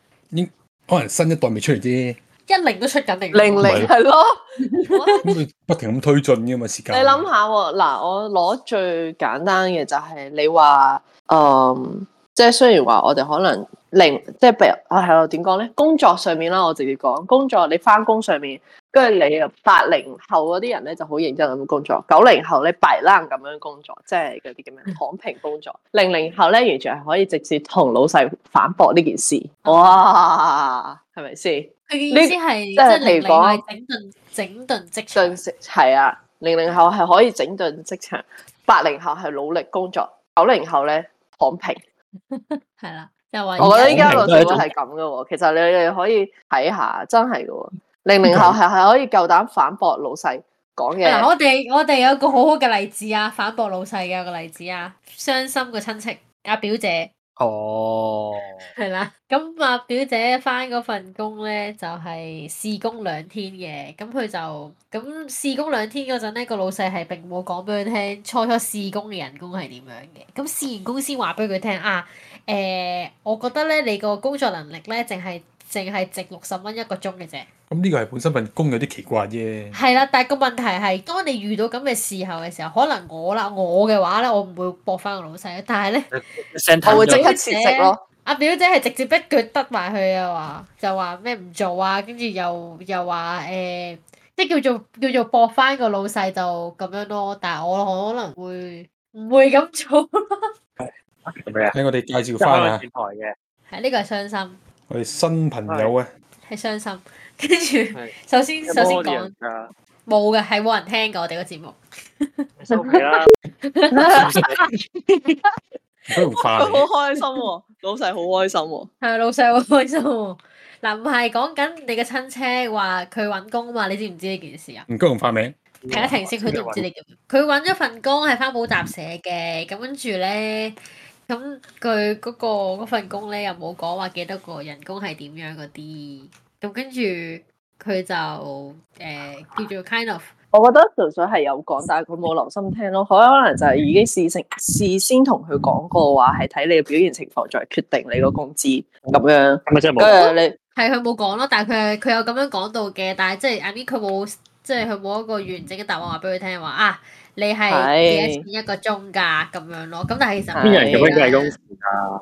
A: 可能新一代未出嚟啫，
B: 一零都出緊零
E: 零零係咯。
A: 咁佢不停咁推進嘅嘛時
E: 你
A: 間。
E: 諗下喎，嗱，我攞最簡單嘅就係你話，嗯，即係雖然話我哋可能零即係譬如啊係咯，點講咧？工作上面啦，我直接講工作，你翻工上面，跟住你八零後嗰啲人咧就好認真咁工作，九零後咧擺爛咁樣工作，即係嗰啲叫咩躺平工作，零零後咧完全係可以直接同老細反駁呢件事，哇，係咪先？
B: 佢嘅意思係即
E: 即係
B: 係零
E: 譬如
B: 零
E: 講
B: 係整頓整頓職場
E: 進食係啊，零零後係可以整頓職場，八零後係努力工作，九零後咧躺平。
B: 係啦，就話
E: 我覺得依家
C: 躺
E: 個
C: 平都係
E: 社會
C: 一種
E: 係咁嘅喎，其實你哋可以睇下，真係嘅喎。零零後係係可以夠膽反駁老細講
B: 嗱，
E: 嘢，
B: 我哋我哋有個好好嘅例子啊，反駁老細嘅有個例子啊，傷心個親戚阿表姐
C: 哦，
B: 係啦，咁啊表姐翻嗰份工咧就係、試工兩天嘅，咁佢就咁試工兩天嗰陣咧，個老細係並冇講俾佢聽初初試工嘅人工係點樣嘅，咁試完工先話俾佢聽啊，誒、我覺得咧你個工作能力咧淨係淨係值六十蚊一個鐘嘅啫。
A: 咁呢個係本身份工有啲奇怪啫。
B: 係啦，但係個問題係，當你遇到咁嘅時候嘅時候，可能我啦，我嘅話咧，我唔會駁翻個老細，但係咧，
C: 聲
E: 我會
C: 褪咗
E: 即刻辭職咯。
B: 阿表姐係直接一腳得埋佢啊，話就話咩唔做啊，跟住又又話誒、即係叫做叫做駁翻個老細就咁樣咯，但係我可能會唔會咁做，
C: 咁樣啊，
A: 睇我哋介紹
C: 即係
A: 翻
C: 開
A: 啊
C: 個，電台嘅。
B: 係呢個係傷心，
A: 我哋新朋友啊，
B: 係傷心。跟住
F: 係
B: 首先首先
F: 有冇啲
B: 講
F: 人啊㗎？
B: 冇嘅，係冇人聽過我哋個節目。
F: 收皮啦！
A: 唔該用化嚟。
E: 佢 好開心 喎，老細好開心喎。
B: 係老細好開心喎。嗱，唔係講緊你嘅親戚話佢揾工嘛？你知唔知呢件事啊？
A: 唔該用化名，
B: 停一停先，佢都唔知你叫咩。佢揾咗份工係翻補習社嘅，咁跟住咧，咁佢嗰個嗰份工咧又冇講話幾多個人工係點樣嗰啲，咁跟住佢就誒、呃叫做 kind of
E: 我覺得純粹係有講，但係佢冇留心聽咯。佢可能就係已經事成事先同佢講過話，係睇你嘅表現情況再決定你個工資咁樣。
F: 咁咪啊真係冇。
E: 跟住你
B: 係佢冇講咯，但係佢佢有咁樣講到嘅，但係即係 I mean 佢冇即係佢冇一個完整嘅答案話俾佢聽話啊，你係幾多錢一個鐘㗎咁樣咯。咁但係其實
E: 係
F: 邊有人咁樣計
B: 工
F: 工時㗎？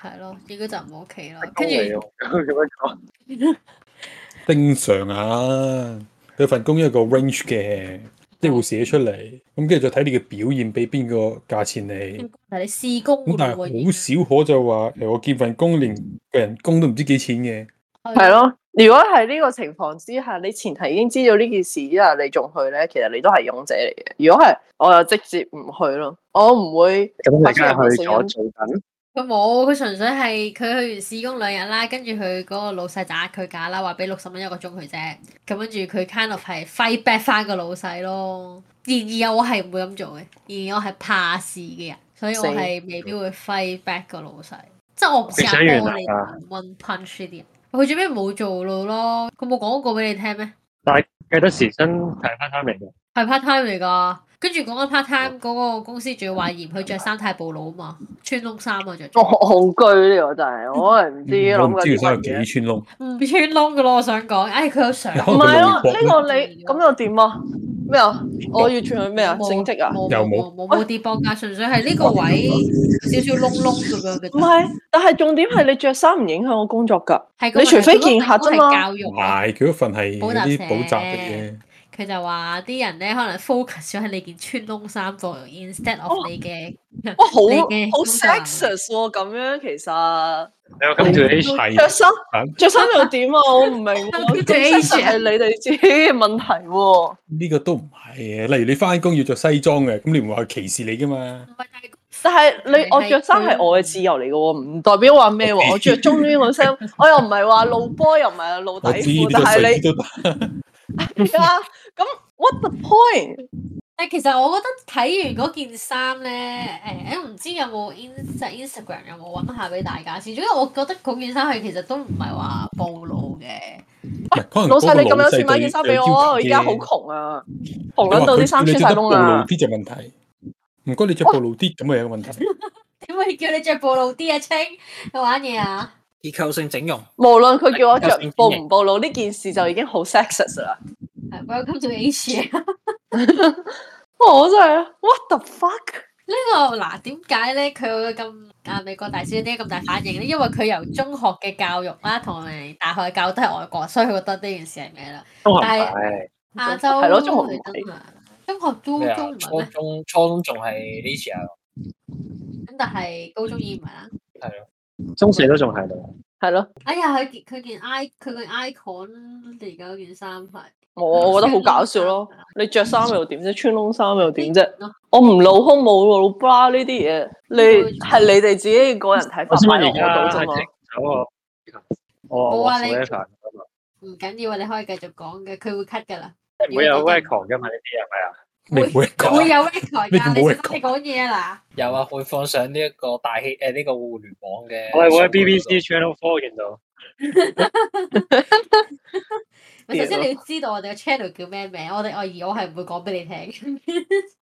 B: 係咯，應該就唔 OK 啦。
F: 工
B: 跟住
F: 嚟喎，咁樣講。
A: 正常啊。佢份工有個 range 嘅，即係會寫出嚟，咁跟住再睇你嘅表現，俾邊個價錢你。
E: 嗯
B: 但係你試工
A: 咁但係
B: 會
A: 好少可就話，誒我見份工連個人工都唔知幾錢嘅，
E: 係，咯，如果係呢個情況之下，你前提已經知道呢件事之下，你仲去咧，其實你都係勇者嚟嘅。如果係，我就直接唔去咯，我唔會
F: 咁大家去咗做緊，
B: 佢冇，佢純粹係佢去完試工兩日啦，跟住佢嗰個老細就呃佢價啦，話俾六十蚊一個鐘佢啫。咁跟住佢 kind of 係 fight back 翻個老細咯。然而我係唔會咁做嘅，然而我係怕事嘅人，所以我係未必會 fight back 個老細。即係我唔試下
F: 你想
B: 幫
F: 完
B: 你
F: 啦啊
B: one punch 呢啲人。佢最尾冇做到咯，佢冇講過俾你聽咩？
F: 計得時薪係翻翻嚟嘅。
B: 係 part time 嚟㗎。跟住講緊 part time 嗰個公司仲要話嫌佢着衫太暴露啊嘛，穿窿衫啊着咗。
E: 我戇居呢個真係，我可能唔知
A: 嗯我
E: 諗
A: 唔
E: 緊
A: 知
E: 啲
A: 佢生
E: 乜
A: 入
E: 嘢
A: 幾。寸窿。
B: 唔穿窿噶咯，我想講，唉，佢有相，
A: 有
E: 唔係咯，
A: 可能
E: 呢個你咁又點啊？咩啊？我要轉去咩啊？
B: 冇
E: 正職啊？
B: 冇
A: 又冇
B: 冇冇冇跌波價，純粹係呢個位少少窿窿咁樣嘅啫。
E: 唔係，但係重點係你着衫唔影響我工作 㗎。
B: 係
E: 你除非見客
B: 客
E: 啫嘛
B: 教育
A: 唔
B: 啊，
A: 係，佢嗰份係
B: 補
A: 嗰
B: 習
A: 啲
B: 社
A: 補習嚟嘅，
B: 佢就話啲人咧可能 focus 咗喺你件穿窿衫度，instead
E: 哦
B: of 你嘅
E: 哇，好
B: 你嘅
E: 好
B: 工作能力
E: sexist 喎！咁樣其實
F: 你有咁條 H
E: 着
A: 係
E: 衫
A: 係
E: 着衫又點啊？我唔明 喎。咁 sexist 係你哋自己嘅問題喎。
A: 呢個都唔係嘅。例如你翻工要着西裝嘅，咁你唔話佢歧視你噶嘛？
B: 唔係但係
E: 但係你
B: 係
E: 我着衫係我嘅自由嚟嘅喎，唔代表話咩喎。我着中呢 個衫，我哎又唔係話露波，又唔係話露底
A: 我知呢
E: 褲，
A: 個
E: 但係
A: 水
E: 你
A: 都得。
E: 係啊，咁 what the point？
B: 但其實我覺得睇完嗰件衫咧，誒、誒唔知有冇 in 即係 Instagram 有冇揾下俾大家先。總之我覺得嗰件衫係其實都唔係話暴露嘅，
A: 唔係可能
E: 啊老
A: 嗰個
E: 細你咁有
A: 細
E: 錢買件衫俾我啊！我而家好窮啊，窮撚到啲衫穿晒窿啊
A: 啦。
E: 啦
A: 你。着得暴露啲就問題，唔該你着暴露啲咁咪有個問題。
B: 點會叫你着暴露啲啊？青你玩嘢啊？
C: 結構性整容，
E: 無論佢叫我着
C: 有錢
E: 暴唔暴露呢件事就已經好 sexist 啦。
B: 係 Welcome to Asia。
E: 我真係 what the fuck？
B: 呢個嗱點解咧佢會咁啊美國大使點解咁大反應咧？因為佢由中學嘅教育啦，同埋大學嘅教育都係外國，所以佢覺得呢件事係咩啦？
F: 都唔係，
B: 亞洲
E: 係咯中學唔係
B: 真啊，中學都
C: 咩啊？
B: 中
C: 初
B: 文咧，
C: 中初中仲係呢次啊，
B: 咁但係高中英文啦。
C: 係咯，
F: 中四都仲係度。
E: 係咯，
B: 哎呀，佢件佢件 i 佢件 icon 而家嗰件衫係，
E: 我我覺得好搞笑咯。你着衫又點啫？穿窿衫又點啫？
B: 咯？
E: 我唔露胸冇露 bra 呢啲嘢，你
B: 嗯
E: 係你哋自己個人睇
F: 我知唔
E: 法擺
F: 知
E: 落
F: 而
E: 我度
F: 家
E: 啫
F: 係
E: 嘛。
F: 整走我？我
B: 冇
F: 我
B: 啊你
F: forever 㗎嘛
B: 唔緊要啊，你可以繼續講嘅，佢會 cut 㗎啦，
F: 即係唔會有 record 㗎嘛？呢啲係咪啊？
A: 你唔
E: 哦
A: 會講
B: 會有 record
A: 你
B: 㗎，你
A: 唔好
B: 小心你講嘢啊
C: 有啊，會放上呢一個大氣誒呢個互聯網嘅。
F: 我係會喺 BBC Channel Four 見到。
C: 啊
B: 嗱，咪首先你要知道我哋嘅 channel 叫咩名，我哋我而我係唔會講俾你聽。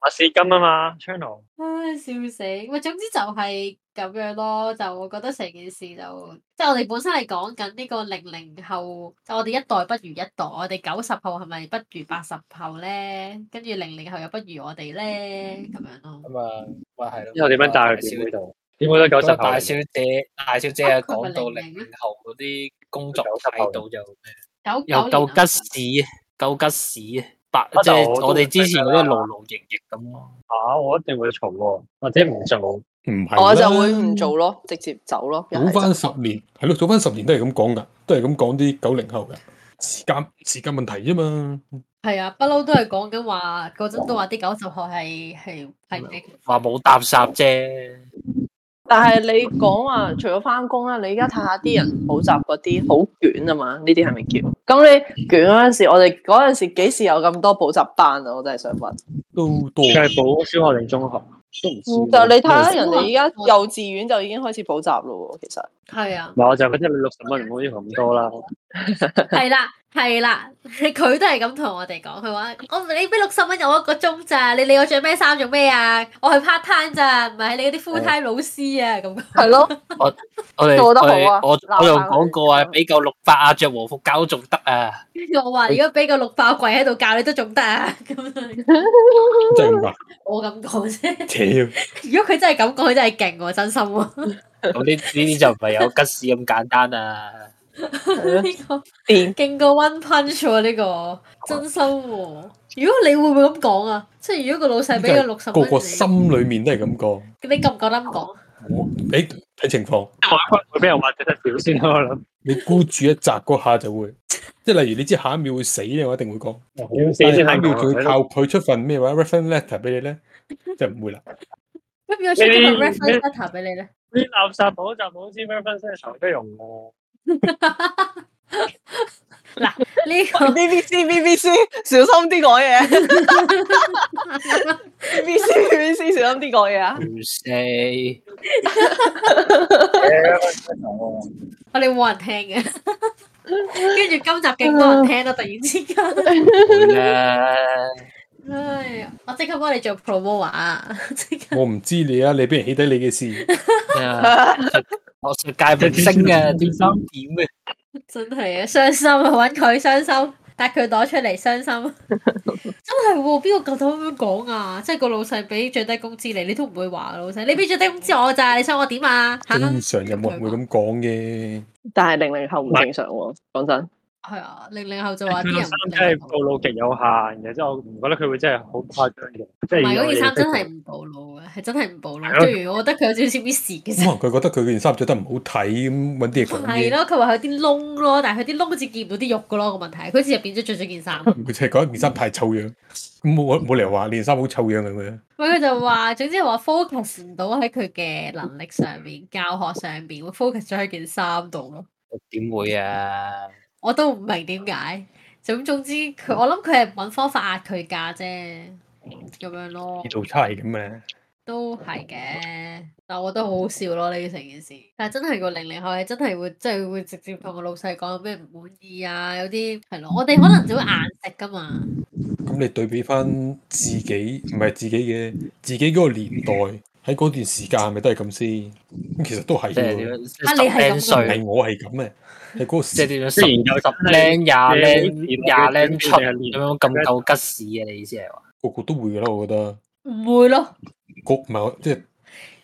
F: 我試金啊嘛，channel
B: 唉，笑死！咪總之就係咁樣咯，就我覺得成件事就即係我哋本身係講緊呢個零零後，就我哋一代不如一代，我哋九十後係咪不如八十後咧？跟住零零後又不如我哋咧，咁樣咯。
C: 咁啊，喂係咯。
F: 之後點樣帶佢
C: 小
F: 表妹度？點會得九十
C: 咁啊
F: 後
C: 大
F: 嚟？
C: 小姐，大小姐啊，
B: 佢咪
C: 講到
B: 零
C: 零
B: 零咩
C: 零
E: 啊
C: 後嗰啲工作態度又
B: 九九
C: 又
B: 年
C: 夠
B: 啊
C: 吉屎啊，夠吉屎啊，白
F: 不
C: 即係
F: 就
C: 我哋之前嗰啲
F: 都
C: 勞勞役役咁咯。
F: 啊！我一定會嘈喎，或者唔做。
A: 唔係
E: 我就
A: 啦
E: 會唔做咯，直接走咯。又
A: 早
E: 係
A: 翻十年，係咯，早翻十年都係咁講噶，都係咁講啲九零後噶，時間時間問題啫嘛。
B: 係啊，不嬲都係講緊話，嗰陣都話啲九十後係係係
C: 話冇搭霎啫，
E: 但係你講話除咗翻工啦，你而家睇下啲人補習嗰啲好卷啊嘛，呢啲係咪叫？咁你卷嗰陣時，我哋嗰陣時幾時有咁多補習班啊？我真係想問。
A: 都多
F: 佢係補小學定中學？都唔知
E: 嗯，
F: 喎。
E: 但係你睇下人哋而家幼稚園就已經開始補習咯喎，其實。
B: 係啊
F: 唔，係，我就覺得你六十蚊唔好要求咁多啦。
B: 係啦係啦，佢都係咁同我哋講，佢話我唔你俾六十蚊我一個鐘咋，你理我着咩衫做咩啊？我係 part time 咋，唔係你嗰啲 full time 老師啊咁。
E: 係咯，
C: 我哋
E: 做
C: 我
E: 得好啊
C: 哋我我
E: 鬧
C: 又
E: 下佢
C: 講過啊，俾夠六百啊，着和服教仲得啊，
B: 跟住我話如果俾個六爆櫃喺度教你都仲得啊咁 樣，
A: 真係咁噶，
B: 我咁講啫。
A: 屌
B: 如果佢真係咁講，佢真係勁喎，真心喎。
C: 咁呢呢啲就唔係有吉屎咁簡單啊。
E: 係咯
B: 呢個
E: 電
B: 勁過 One Punch 喎，呢個真心喎。如果你會唔會咁講啊？即係如果個老細俾咗六十蚊
A: 個個
B: 你，
A: 心裏面都係咁講。
B: 你夠唔夠膽講？
A: 我你睇情況，
F: 我會俾人話着得少先咯，我諗。
A: 你孤注一擲嗰下就會，即係例如你知下一秒會死咧，我一定會講。
F: 要死
A: 但係
F: 先啊
A: 下一
F: 係
A: 秒仲要
F: 呢
A: 靠佢出份咩話 reference letter 俾你咧，就唔會啦。
B: 咁有出咗個
F: 你
B: reference letter 俾你咧？
F: 啲垃圾補習冇知 reference 頭都用喎。
B: 呢個
E: BBC BBC 小心啲講嘢，BBC BBC 小心啲講嘢啊！
C: 唔死
B: 我哋冇人聽嘅， 跟住今集勁多人聽咯，突然之間，
C: 會啦，
B: 唉呀，我即刻幫你做 promo 啊！ 即刻
A: 我唔知你啊，你俾人起底你嘅事，
C: 啊我世界明星啊，點三點嘅，
B: 真係啊，傷心啊，揾佢傷心，但佢攞出嚟 傷心，啊真係喎、邊個夠膽咁樣講啊？即係個老細俾最低工資你，你都唔會話老細，你俾最低工資我咋？你想我點啊？ 嚇，
A: 正常就冇人會咁講嘅。
E: 但係零零後唔正常喎，講真。
B: 係啊，零零後就話啲
F: 佢
B: 人
F: 件
B: 唔
F: 衫真
B: 靚
F: 係暴露極有限嘅，即係我唔覺得佢會真係好誇張嘅。即係
B: 唔係
F: 以我
B: 嗰件衫
F: 認識
B: 真係唔暴露嘅，係真係唔暴露
F: 係。咯
B: 雖然我覺得佢有少少 miss 嘅
A: 可
B: 啫，
A: 能佢覺得佢件衫着得唔好睇，咁揾啲嘢講
B: 係
A: 嘢。
B: 咯，佢話佢有啲窿咯，但係佢啲窿好似見唔到啲肉嘅咯個問題，佢好似入邊咗着咗件衫。
A: 佢就係覺得件衫太臭樣，咁冇冇理由話你件衫好臭樣咁樣。
B: 喂，佢就話，總之係話 focus 唔到喺佢嘅能力上面、教學上面，會 focus 咗喺件衫度咯。
C: 點會啊？
B: 我都唔明點解。咁總之，佢我諗佢係揾方法壓佢價啫，咁樣咯
A: 呢，度差係咁嘅，
B: 都係嘅。但我覺得好好笑咯，呢成件事。但係真係個零零後係真係會，即係會直接同個老細講有咩唔滿意啊，有啲係咯。我哋可能就會硬食噶嘛。
A: 咁你對比翻自己，唔係自己嘅，自己嗰個年代喺嗰段時間係咪都係咁先？咁其實都係
C: 即係點
A: 喎，
C: 樣？
B: 啊你係咁
C: 十零歲，
A: 係我係咁嘅，係嗰個
C: 即係
A: 時
C: 點樣？十
F: 雖然有
C: 十零廿零廿零出
F: 年
C: 咁樣咁夠吉屎啊！你意思係話？
A: 個個都會㗎啦，我覺得。
B: 唔會咯。
A: 局唔係即係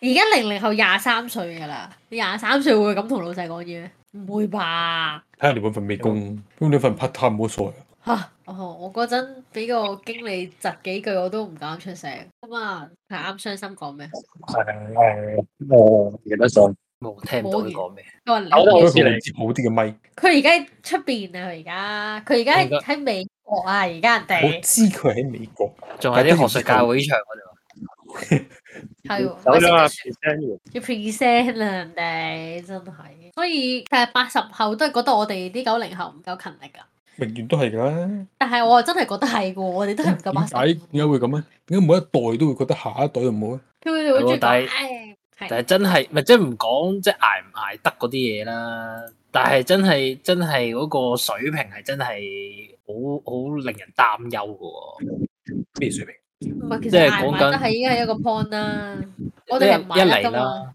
B: 而家零零後廿三歲噶啦，廿三歲會咁同老細講嘢咩？唔會 吧？
A: 睇下你揾份咩工，
C: 嗯
A: 咁你份 part time 冇所謂。
B: 吓、哦，我嗰陣俾個經理窒幾句，我都唔敢出聲。咁啊，係啱傷心講咩？
F: 誒誒，我記得上，
C: 冇聽唔到佢講咩，
B: 佢話零
C: 我都好
A: 我
C: 似
A: 覺
C: 你
A: 得佢會接好啲嘅咪，
B: 佢而家喺出邊啊！佢而家佢而家
C: 明白
B: 喺喺美國啊！而家人
A: 我
B: 哋
A: 知佢喺美國，
C: 仲係啲學術界會場嗰度。
B: 係喎
F: 走
B: 喂
F: 咗啦
B: 識
F: ，present 完，
B: 要 present 啦，人哋真係。所以但係八十後都係覺得我哋啲九零後唔夠勤力㗎。
A: 永遠都係㗎啦。
B: 但係我真係覺得係喎，我哋都係唔
C: 啊
B: 夠八
A: 點
B: 十。
A: 解點解會咁咧？點解每一代都會覺得下一代就冇咧？啊
B: 佢哋會中意
C: 係喎但係
B: 講，唉
C: 但
B: 係
C: 係真係咪即係唔講即係捱唔捱得嗰啲嘢啦，但係真係真係嗰個水平係真係好好令人擔憂嘅喎。
A: 咩水平？
B: 唔係其
C: 即
B: 實
C: 係
B: 捱唔
C: 講緊
B: 捱得係已經係一個 point 啦。我哋係唔
C: 一
B: 捱得
C: 嚟
B: 㗎嘛，
C: 啦，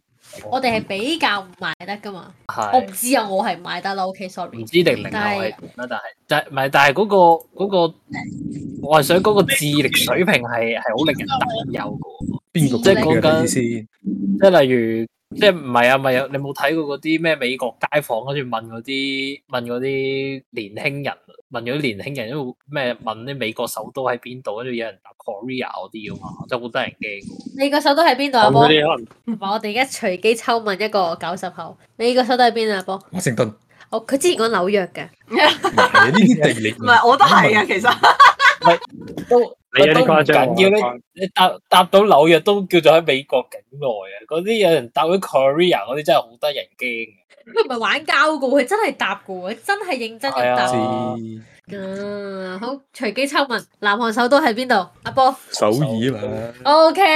B: 我哋係比較唔捱得㗎嘛。我唔
C: 係
B: 知啊，我係唔捱得啦。OK，sorry
C: 唔。知零零後係點啦，但係但係唔係但係嗰個嗰個，我係想嗰個智力水平係係好令人擔憂嘅喎。
A: 邊個
B: 即係
A: 講
C: 講緊
A: 嘅意思？
C: 即係例如，即係唔係啊？咪有你冇睇過嗰啲咩美國街訪，跟住問嗰啲問嗰啲年輕人，問嗰啲年輕人，因為咩問啲美國首都喺邊度，跟住有人答 Korea 嗰啲噶嘛，真係好得人驚㗎喎。
B: 你個手都喺邊度啊？
F: 咁
B: 波
F: 嗰，啲可能
B: 唔係我哋而家隨機抽問一個九十後，你個手都喺邊啊？波，哦
A: 華盛 頓
B: 我佢之前講紐約嘅，
A: 唔係呢啲地理
D: 唔係我都係
E: à,
D: 啊，其實
C: 都
F: 你有啲誇張
C: 緊要
F: 喎
C: 咧，你搭搭到紐約都叫做喺美國境內啊！嗰啲有人搭到 Korea 嗰啲真係好得人驚嘅。
B: 佢唔係玩交嘅喎，佢真係答嘅喎，真係認真咁答
C: 係。啊
A: 知
B: 嗯，好，隨機抽問，南韓首都喺邊度？阿波
A: 首爾啊嘛，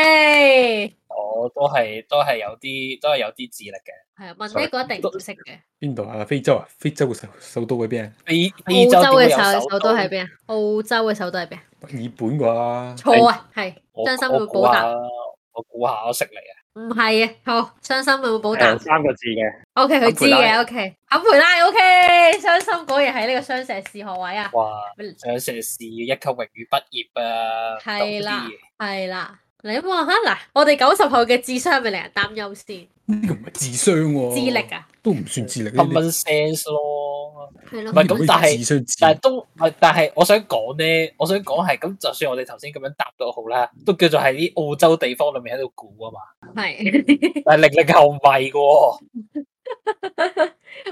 B: ，OK，
C: 我都係都係有啲都係有啲智力嘅。
B: 係啊，問呢個一定唔識嘅。
A: 邊度啊？非洲啊？非洲嘅首首都喺邊啊？
C: 非非
B: 澳洲嘅
C: 點會有
B: 首首都喺邊啊？澳洲嘅首都係邊啊？
A: 墨爾本啩？
B: 錯啊，係
C: 我
B: 真心
C: 我
B: 會
C: 估
B: 補
C: 下
B: 答，
C: 我估下，我識你啊！
B: 唔係啊，好，傷心會補答
F: 誒。三個字嘅，
B: O K，佢知
C: 坎培
B: 嘅
C: 拉
B: ，O K，坎培拉，O K，傷心果然係呢個雙碩士學位啊，
C: 哇！想碩士一級榮譽畢業啊，
B: 係啦
C: 有啲嘢
B: 係啦，你望下嗱，我哋九十後嘅智商係咪令人擔憂先？
A: 呢個唔係智商喎，
C: 哦
B: 智力啊，
A: 都唔算智力呢啲嗯
C: ，common sense 咯。
B: 係
C: 唔係
B: 咯，
C: 咁但係
A: 智商智
C: 但係都唔係，但係我想講咧，我想講係咁，就算我哋頭先咁樣答都好啦，都叫做係啲澳洲地方裏面喺度估 啊嘛。
B: 係
C: 但係零零後唔係嘅喎，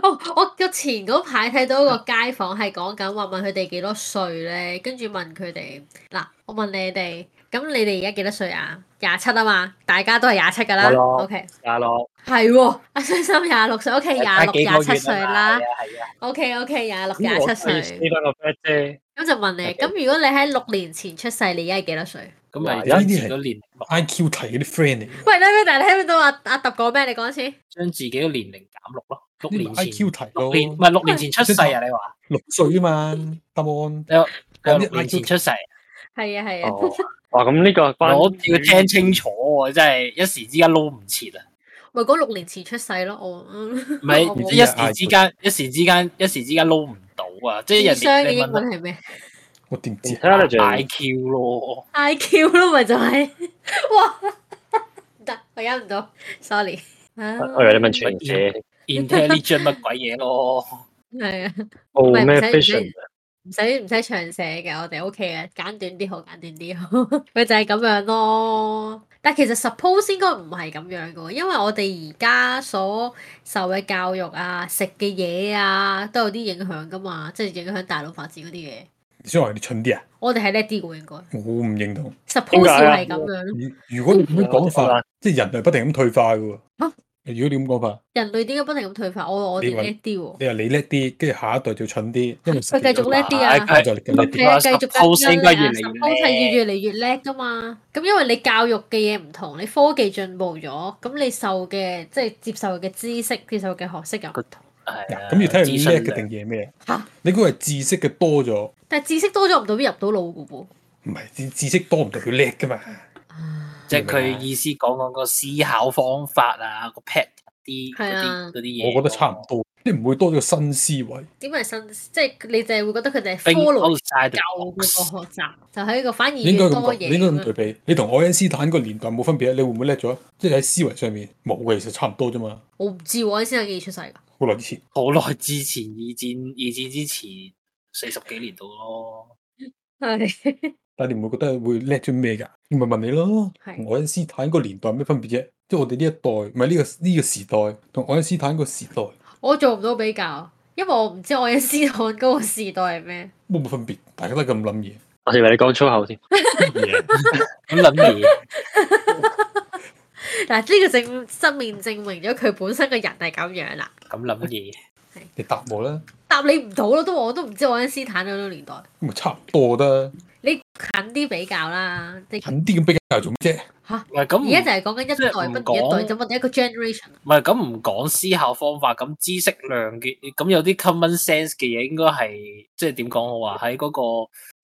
B: 我哦我我前嗰排睇到一個街訪係講緊話問佢哋幾多歲咧，跟住問佢哋嗱，我問你哋，咁你哋而家幾多歲啊？廿七啊嘛，大家都係廿七噶啦
F: 係咯
B: ，O K，
F: 阿樂，
B: 係喎， 阿傷心廿六歲，O K，廿
C: 差
B: 六
C: 幾
B: 廿
C: 個
B: 七
C: 月
B: 歲
C: 啊
B: 啦
C: 嘛，係啊係啊，
B: ，O K O K，廿六
F: 咁
B: 廿
F: 我
B: 七
F: 可以
B: 歲。
F: 先翻個 friend 啫，
B: 咁就問你，
F: Okay.
B: 咁如果你喺六年前出世，你而家係幾多歲？
C: 咁咪
A: 哇
C: 將
A: 呢啲
C: 自
A: 係
C: 己個年
A: IQ 題嗰啲 friend 嚟
B: 喂，你咩？但係聽唔聽到阿阿揼講咩？你講先。
C: 將自己個年齡減六咯，六
A: 嘅，呢
C: 年
A: 個
C: 前
A: IQ 題
C: 六
A: 咯，
C: 年唔係六年前出世啊！你話
A: 六歲啊嘛，答案
C: 你話
A: 講啲
C: 六年
A: IQ
C: 前出世。
B: 係啊係啊，
F: 哦，哇，咁呢個關
C: 我要聽清楚喎，真係一時之間撈唔切啊！
B: 咪講六年前出世咯，我嗯
C: 唔係
B: 我冇
C: 即係一時之間，一時之間，一時之間撈唔到啊！即係
B: 智
C: 人
B: 商嘅
C: 哋你
B: 英文
C: 問
B: 係咩
A: 我點知？啊
C: I
F: intelligence，
C: Q 咯，
B: ？IQ 咯，咪就係。 哇，唔得，我忍唔到，sorry。啊
F: 我以為你問全者，
C: intelligent 乜鬼嘢咯？
B: 係啊，
F: 哦
B: 唔係唔
F: 咩
B: 使唔使
F: vision，
B: 唔使唔使長寫嘅，我哋 O K 嘅，簡短啲好，簡短啲好，佢就係咁樣咯。但其實 suppose 應該唔係咁樣嘅喎，因為我哋而家所受嘅教育啊、食嘅嘢啊，都有啲影響噶嘛，即係影響大陸發展嗰啲嘢。
A: 你想話你蠢啲啊？
B: 我哋係叻啲嘅喎，應該
A: 我唔認同。
B: suppose
F: 解啊
B: 係咁樣。
A: 如如果你咁樣講
F: 我
A: 法，即係人類不停咁退化嘅喎。
B: 啊
A: 如果你咁講法，
B: 人類點解不停咁退化？我我
A: 你
B: 哋
F: 啊
A: 話
B: 叻啲喎，
A: 你話你叻啲，跟住下一代就蠢啲，因為
B: 佢繼續叻啲啊
A: 下一代就更叻啲。
B: 係啊，繼續咁
C: suppose
B: 樣
C: 應該
B: 啊
C: 越嚟越叻
B: ，suppose 係越嚟越叻噶嘛。咁因為你教育嘅嘢唔同，你科技進步咗，咁你受嘅即係接受嘅知識、接受嘅學識又唔同。
C: 係 啊
A: 嗱咁要睇下你叻嘅
C: 資訊
A: 定義係咩啊
B: 嚇？
A: 你估係知識嘅多咗，
B: 但係知識多咗唔代表入到腦嘅喎。
A: 唔係知知識多唔代表叻噶嘛？
B: 啊
C: 即係佢意思講講個思考方法啊，個 pat 啲嗰
B: 係啊
C: 啲嗰啲嘢。
A: 我覺得差唔多。你唔會多咗新思維。
B: 點解新即係你就係會覺得佢哋係
C: Think
B: follow
C: outside the
B: 舊嗰個
C: box
B: 學習，就係一個反而
A: 你應該
B: 要
A: 咁
B: 多
A: 講，
B: 嘢
A: 你應該咁
B: 咁
A: 對
B: 樣。
A: 比。你同愛因斯坦個年代冇分別啊？你會唔會叻咗？即係喺思維上面冇嘅，其實差唔多啫嘛。
B: 我唔知喎，先係幾時出世㗎？
A: 好耐之前，
C: 好耐之前二戰，二戰之前四十幾年度咯。
B: 係
A: 但係你唔會覺得會叻咗咩㗎？你咪問你咯，
B: 係
A: 同愛因斯坦個年代有咩分別啫？即係我哋呢一代，唔係呢個呢個時代，同愛因斯坦個時代
B: 我做唔到比較，因為我唔知愛因斯坦嗰個時代係咩。
A: 冇乜分別，大家都係咁諗嘢。
F: 我以為你講粗 口添，
C: 咁諗嘢，
B: 嗱，呢個證側面證明咗佢本身個人係咁樣啦。
C: 咁諗嘢，
A: 你答我啦，
B: 答你唔到咯，都我都唔知愛因斯坦嗰個年代。
A: 咁咪差唔多得，
B: 你近啲比較啦，你
A: 近啲咁比較做乜啫？
C: 唔係咁唔
B: 而家就係講緊一
C: 即係唔
B: 代不如
C: 講
B: 一代，就我哋一個 generation。啊
C: 唔係咁唔講思考方法，咁知識量嘅咁有啲 common sense 嘅嘢，應該係即係點講好啊？喺嗰個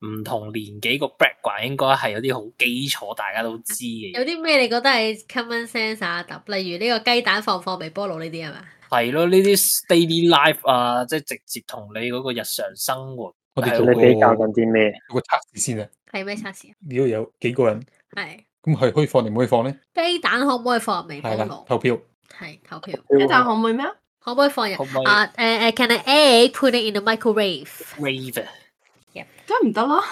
C: 唔同年紀個 background 應該係有啲好基礎，大家都知嘅嘢。
B: 有啲咩你覺得係 common sense 啊？特例如呢個雞蛋放唔放微波爐呢啲係嘛？
C: 係咯，呢啲 daily life 啊，即係直接同你嗰個日常生活。
A: 我哋
C: 係
A: 做
C: 咯
A: 個
F: 你比較
A: 做
F: 緊啲 咩？
A: 個測試先啊。
B: 係咩測試啊？
A: 如果有幾個人，
B: 係
A: 咁係可以放定唔可以放咧？
B: 雞蛋可唔可以放入微波
A: 係啦，
B: 爐？
A: 投票。
B: 係投票，
D: 雞蛋可唔可以咩啊？
B: 可唔可以放入
C: 可唔可以
B: 啊？誒誒，Can I egg put it in the microwave？OK，、
C: rave 啊
D: 梗係唔得啦，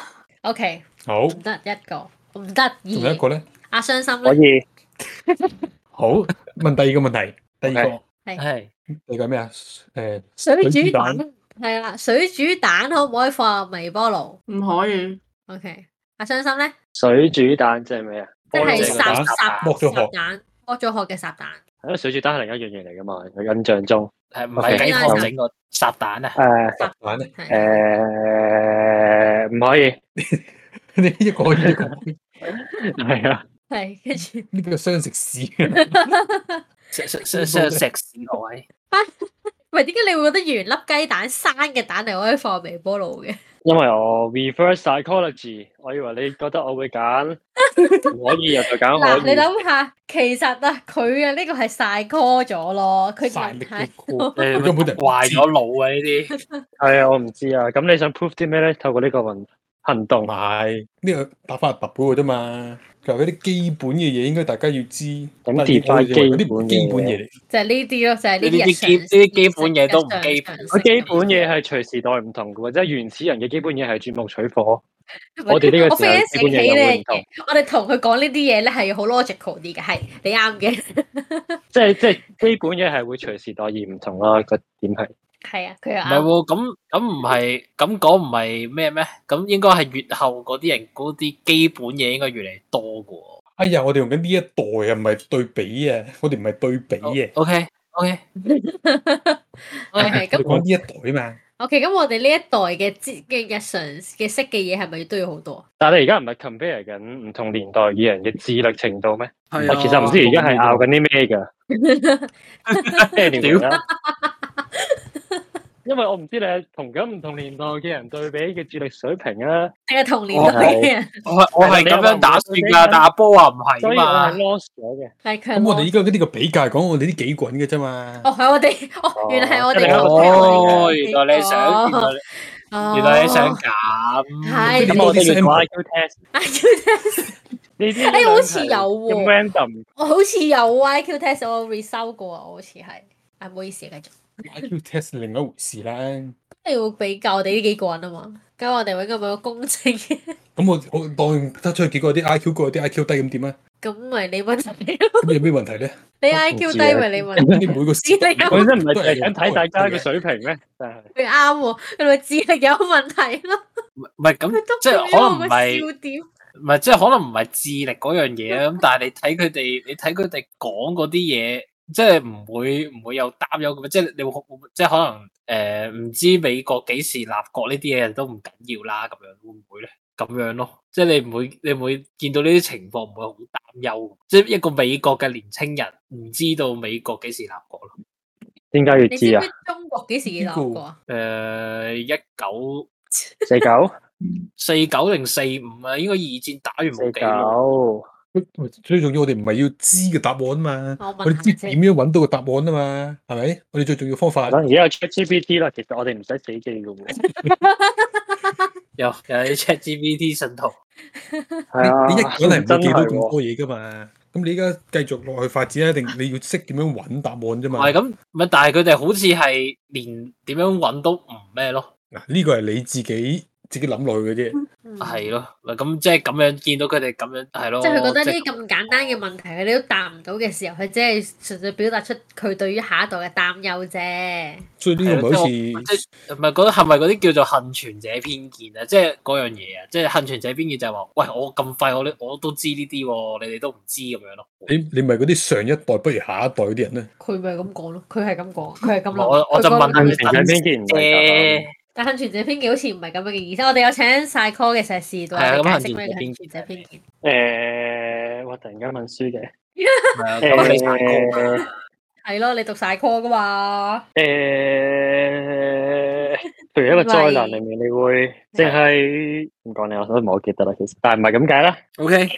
B: OK，
A: 好，
B: 唔得一個，唔得
A: 仲有一
B: 二。
A: 個咧。
B: 阿傷心
F: 可
B: 咧，
F: 以
A: 好，問第二個問題。第二個，
C: 係
A: 第二個係咩啊？誒，水
B: 水煮
A: 煮蛋
B: 蛋係啦，水煮蛋可唔可以放入微波爐
D: 唔可以。
B: ？OK，阿傷心咧，
F: 水煮蛋即係咩啊？
B: 即
C: 菠
B: 係
C: 蘿
B: 烚
C: 蛋
B: 烚
A: 剝咗殼
B: 烚蛋，剝咗殼嘅烚蛋。
F: 係咯，水煮蛋係另一樣嘢嚟噶嘛？我印象中，
C: 係唔係
F: OK
C: 雞湯整個烚蛋啊？
F: 誒
A: 蛋咧，
B: 係
F: 誒唔可以，
A: 你一個可以一個可以，
F: 係啊，
B: 係，跟住
A: 呢個雙食屎啊
C: 石石石石石屎各位，
B: 喂，點解你會覺得原粒雞蛋生嘅蛋係可以放入微波爐嘅？
F: 因為我 reverse psychology，我以為你覺得我會揀唔可以，又就
B: 嗱，
F: 揀可
B: 你
F: 以。
B: 諗下，其實啊，佢啊呢個係晒 call 咗咯， 佢
A: 晒力
B: 就係
A: 嘅歌，
C: 你
A: 根本就唔知
C: 壞咗腦啊！呢啲
F: 係啊，我唔知啊。咁你想 prove 啲咩咧？透過呢個運行
A: 唔
F: 動，
A: 係呢個答法係揼嗰個啫嘛。佢話嗰啲基本嘅嘢應該大家要知，但
F: 咁
A: 係
F: define
A: 我認為嗰啲唔係基
F: 基
A: 本
F: 本
A: 嘢
F: 嘢
A: 嚟。
B: 就係呢啲咯，就係呢
C: 呢啲
B: 啲
C: 基
B: 日常
C: 呢啲基本嘢都唔基本
F: 我基本嘢係隨時代唔同嘅喎，即係原始人嘅基本嘢係鑽木取火。我哋呢個
B: 我
F: 時候
B: 非常
F: 基本
B: 醒起
F: 嘢又會
B: 咧
F: 唔，同，
B: 我哋同佢講呢啲嘢咧係好 logical 啲嘅，係你啱嘅，
F: 即係即係基本嘢係會隨時代而唔同啦。個點係
B: 係啊，佢又
C: 唔係
B: 啱。
C: 喎，咁咁唔係咁講唔係咩咩？咁應該係越後嗰啲人嗰啲基本嘢應該越嚟越多嘅喎。
A: 哎呀，我哋用緊呢一代啊，唔係對比啊，我哋唔係對比啊，
C: O K O K，
B: OK，
A: 我哋
B: 哦咁
A: 講呢一代啊嘛。
B: OK，咁我哋呢一代嘅知嘅日常嘅識嘅嘢係咪都要好多？
F: 但係你而家唔係 compare 緊唔同年代嘅人嘅智力程度咩？
C: 係啊
F: 我其實唔知而家係拗緊啲咩 㗎。即係點講呢因為我唔知你係同緊唔同年代嘅人對比嘅智力水平啊，
B: 定係同年代嘅人？
C: 我我係咁樣打算㗎，但阿波話唔係
F: 所以我
C: 嘛
F: 係。lost 咗嘅。
B: 係佢係
A: 咁我哋
B: lost
A: 依家呢個比較係講我哋啲幾滾嘅啫嘛。
B: 哦，係我哋，哦，原來係我
F: 即係
B: 哋
F: 你啱
B: 嗰
F: 啱
C: 哦，
B: 個
C: 原
F: 啊
C: 來你想，原來你哦原來你想咁。
B: 係
A: 咁我
F: 我
A: 哋
F: 哋
A: 要
F: 要
A: 講
F: 講 IQ test
B: 啊 IQ test，
F: 呢啲
B: 哎，好似有
F: 咁
B: 喎，
F: random
B: 我好似有啊 IQ test，我 resold 過啊，我好似係，啊，唔好意思，繼續，
A: IQ test 另一回事啦。
B: 你要比較我哋呢幾個人啊嘛，咁我哋揾個比較公正嘅，
A: 咁我我當得出結果有啲 IQ 高，有啲 IQ 低，咁點啊？
B: 咁咪你問題
A: 咁有咩問題 咧？
B: 你
F: 我唔
B: IQ
F: 知啊
B: 低咪你問
A: 你
B: 題，
A: 每個時代
B: 你有
F: 本身唔係淨係想睇大家嘅水平咩？真係
B: 佢啱喎，佢咪智力有問題咯，
C: 唔係咁
B: 佢都，
C: 即係可能唔係。
B: 笑點，
C: 唔係，即係可能唔係智力嗰樣嘢 啊咁，但係你睇佢哋，你睇佢哋講嗰啲嘢，即係唔會唔會有擔憂咁，即係你會即係可能诶，唔、知美國幾時立國呢啲嘢都唔緊要啦，咁樣會唔會咧？咁樣咯，即係你唔會你唔會見到呢啲情況，唔會好擔憂，即係一個美國嘅年青人唔知道美國幾時立國咯。
F: 點解要
B: 你知
F: 知
B: 唔
F: 啊？
B: 知中國幾時立過啊？
C: 诶、呃一九
F: 四九
C: 四九定四五啊，應該二戰打完
F: 四
C: 冇幾耐，
F: 九
A: 最重要我哋唔係要知嘅答案嘛，
B: 我
A: 我
B: 問
A: 哋知
B: 下先
A: 點。樣揾到個答案啊嘛，係咪？我哋最重要方法
F: 而家有 ChatGPT 啦，其實我哋唔使死記噶喎。
C: 有有啲 ChatGPT 信徒，
F: 係啊，
A: 你一個人係唔
F: 真
A: 會記到
F: 係
A: 咁
F: 喎。
A: 多嘢噶嘛。咁你而家繼續落去發展，啊一定你要識點樣揾答案啫
C: 唔
A: 嘛。
C: 係咁，唔係但係佢哋好似係連點樣揾都唔咩咯，
A: 嗱，呢個係你自己自己諗落去嘅啫。
B: 嗯
C: 係咯，咪咁即係咁樣見到佢哋咁樣係咯，
B: 即係佢覺得呢
C: 即
B: 啲咁簡單嘅問題，佢哋都答唔到嘅時候，佢只係純粹表達出佢對於下一代嘅擔憂啫。
A: 所以呢個咪好似
C: 啊即係唔係嗰係咪嗰啲叫做幸存者偏見啊？即係嗰樣嘢啊！即係幸存者偏見就係話，喂，我咁快我都我都知呢啲喎，你哋都唔知咁 樣咯。
A: 你你咪嗰啲上一代不如下一代嗰啲人咧。
B: 佢咪咁講咯，佢係咁講，佢係咁諗。
C: 我我就
B: 佢講
C: 問下
F: 幸存者偏見唔係
C: 啫
F: 咁，
B: 但幸存者偏見好似唔係咁樣嘅意思。我哋有請晒 call 嘅碩士同我
C: 係啊
B: 哋
C: 咁
B: 解釋咩叫幸存者偏見。
F: 誒，我突然間問書嘅。
C: 係啊咁你發覺
F: 誒
B: 係咯，你讀晒 call 噶嘛？
F: 誒，譬如一個災難裏面，你會淨係唔講你，我都唔係好記得啦。其實，但係唔係咁解啦。
C: O K，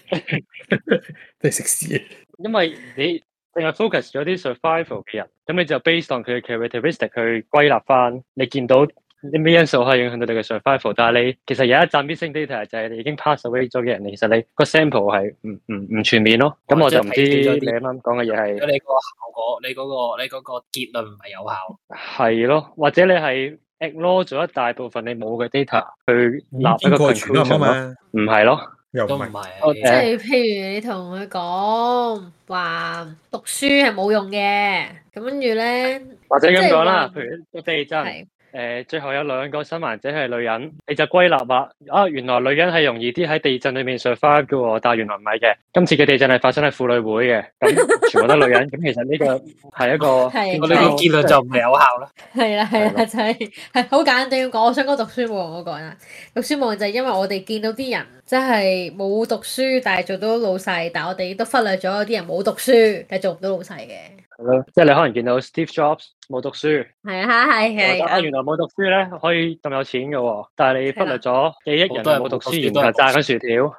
A: 即係食屎。
F: 因為你淨係 focus 咗啲 survival 嘅人，咁你就 based on 佢嘅 characteristic 去歸納翻，你見到啲咩因素可以影響到你嘅 survival，但係你其實有一站 missing data 就係你已經 pass away 咗嘅人，其實你個 sample ừ, 係唔唔唔全面咯。咁我就唔
C: 或
F: 知
C: 者
F: 你
C: 睇少咗啲
F: 啱啱講嘅嘢係
C: 如果你個效果，你嗰個你嗰個結論唔係有效，
F: 係咯，或者你係 ignore 咗一大部分你冇嘅 data 去立一
A: 應
F: 個
A: 該全啱啊
F: conclusion 咯，
A: 嘛，
F: 唔係咯，
A: 又唔
C: 都唔
A: 係。
F: 我
B: 哦即
C: 係。
B: 係譬如你同佢講話讀書係冇用嘅，咁跟住咧
F: 或者咁講啦，
B: 即
F: 譬
B: 係
F: 如個地震。
B: 係
F: 誒、最後有兩個生還者係女人，你就歸納話啊，原來女人係容易啲喺地震裏面 survive 嘅喎，但係原來唔係嘅。今次嘅地震係發生喺婦女會嘅， 咁全部都女人。咁其實呢個係一個
B: 係
C: 我哋個結論就唔係有效啦。
B: 係啦係
F: 係
B: 啦，
F: 咯
B: 就係係好簡單咁講。我想講讀書冇用嗰個啦，讀書冇用就係因為我哋見到啲人真係冇讀書，但係做到老細，但係我哋都忽略咗有啲人冇讀書，但係做唔到老細嘅。
F: 係咯，即係你可能見到 Steve Jobs 冇讀書，
B: 係啊，係
F: 覺得啊
B: 係
F: 原來冇讀書咧可以咁有錢嘅喎，但係你忽略咗幾億人
C: 好多人
F: 冇讀
C: 冇讀書
F: 書，
C: 都
F: 然
C: 係
F: 後
C: 讀
F: 炸緊薯條。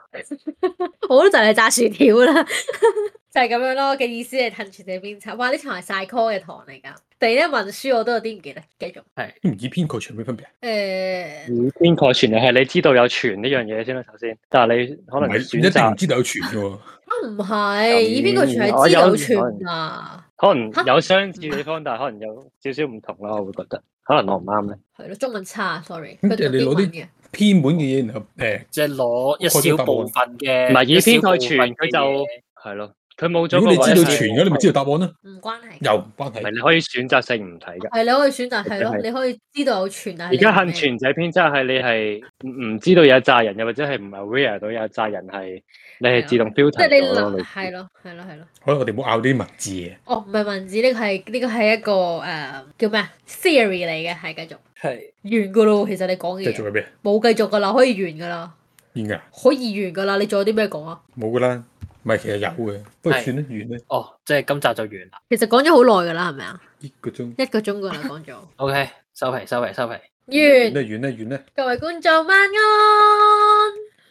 B: 我都就係炸薯條啦， 就係咁樣咯嘅意思係褪住你邊擦。哇！呢堂係晒 call 嘅堂嚟㗎。突然間文書我都有啲唔記得，繼續。
A: 都唔以偏概全咩分別啊？
B: 誒、
F: 以偏概全係你知道有傳呢樣嘢先啦，首先，但係你可
A: 唔
F: 能
A: 係
F: 選
A: 一定唔
F: 擇，
A: 知道有傳嘅喎。
B: 啊唔係，以邊個全
F: 我
B: 係知
F: 有
B: 有
F: 可
B: 傳
F: 能
B: 啊？
F: 可能有相似地方，但係可能有少少唔同咯。我會覺得，可能我唔啱咧。
B: 係咯，中文差，sorry。
A: 咁
B: 佢
A: 即係
B: 讀
A: 你
B: 英
A: 攞啲
B: 文嘅，
A: 偏門嘅嘢，然後誒，
C: 即係攞一小部分嘅，
F: 唔係以偏概
C: 概
F: 全佢就係咯，佢冇咗
A: 如果
F: 個
A: 你知道
F: 位
A: 傳嘅，你咪知道答案啦。
B: 唔關係。
A: 又唔關
F: 係
A: 係。
F: 你可以選擇性唔睇㗎。
B: 係你啊可以選擇係咯，
F: 係
B: 你可以知道有傳，但係
F: 而家幸存者偏差係你係唔唔知道有一扎人，又或者係唔係 aware 到有一扎人係你係自動
B: 即係
F: filter
B: 你
F: 咗咯。
B: 諗
F: 類似
B: 係咯，係咯，係咯。
A: 好啦，我哋唔好拗呢啲文字嘢。
B: 哦，唔係文字，呢個係呢個係一個誒、叫咩啊 theory 嚟嘅，係繼續
C: 係
B: 完噶咯。其實你講
A: 繼
B: 嘅
A: 續
B: 嘢
A: 係咩？啊
B: 冇繼續噶啦，可以完噶啦，
A: 完㗎？
B: 可以完噶啦。你仲有啲咩講啊？
A: 冇㗎啦。唔係，其實有嘅，不過
C: 係
A: 算啦，完啦，
C: 哦，即係今集就完啦。
B: 其實講咗好耐噶啦，係咪啊？
A: 一個鐘。
B: 一個鐘噶啦，講 咗
C: OK，收皮，收皮，收皮。
B: 完。
A: 完啦，完啦，完啦。
B: 各位觀眾晚安。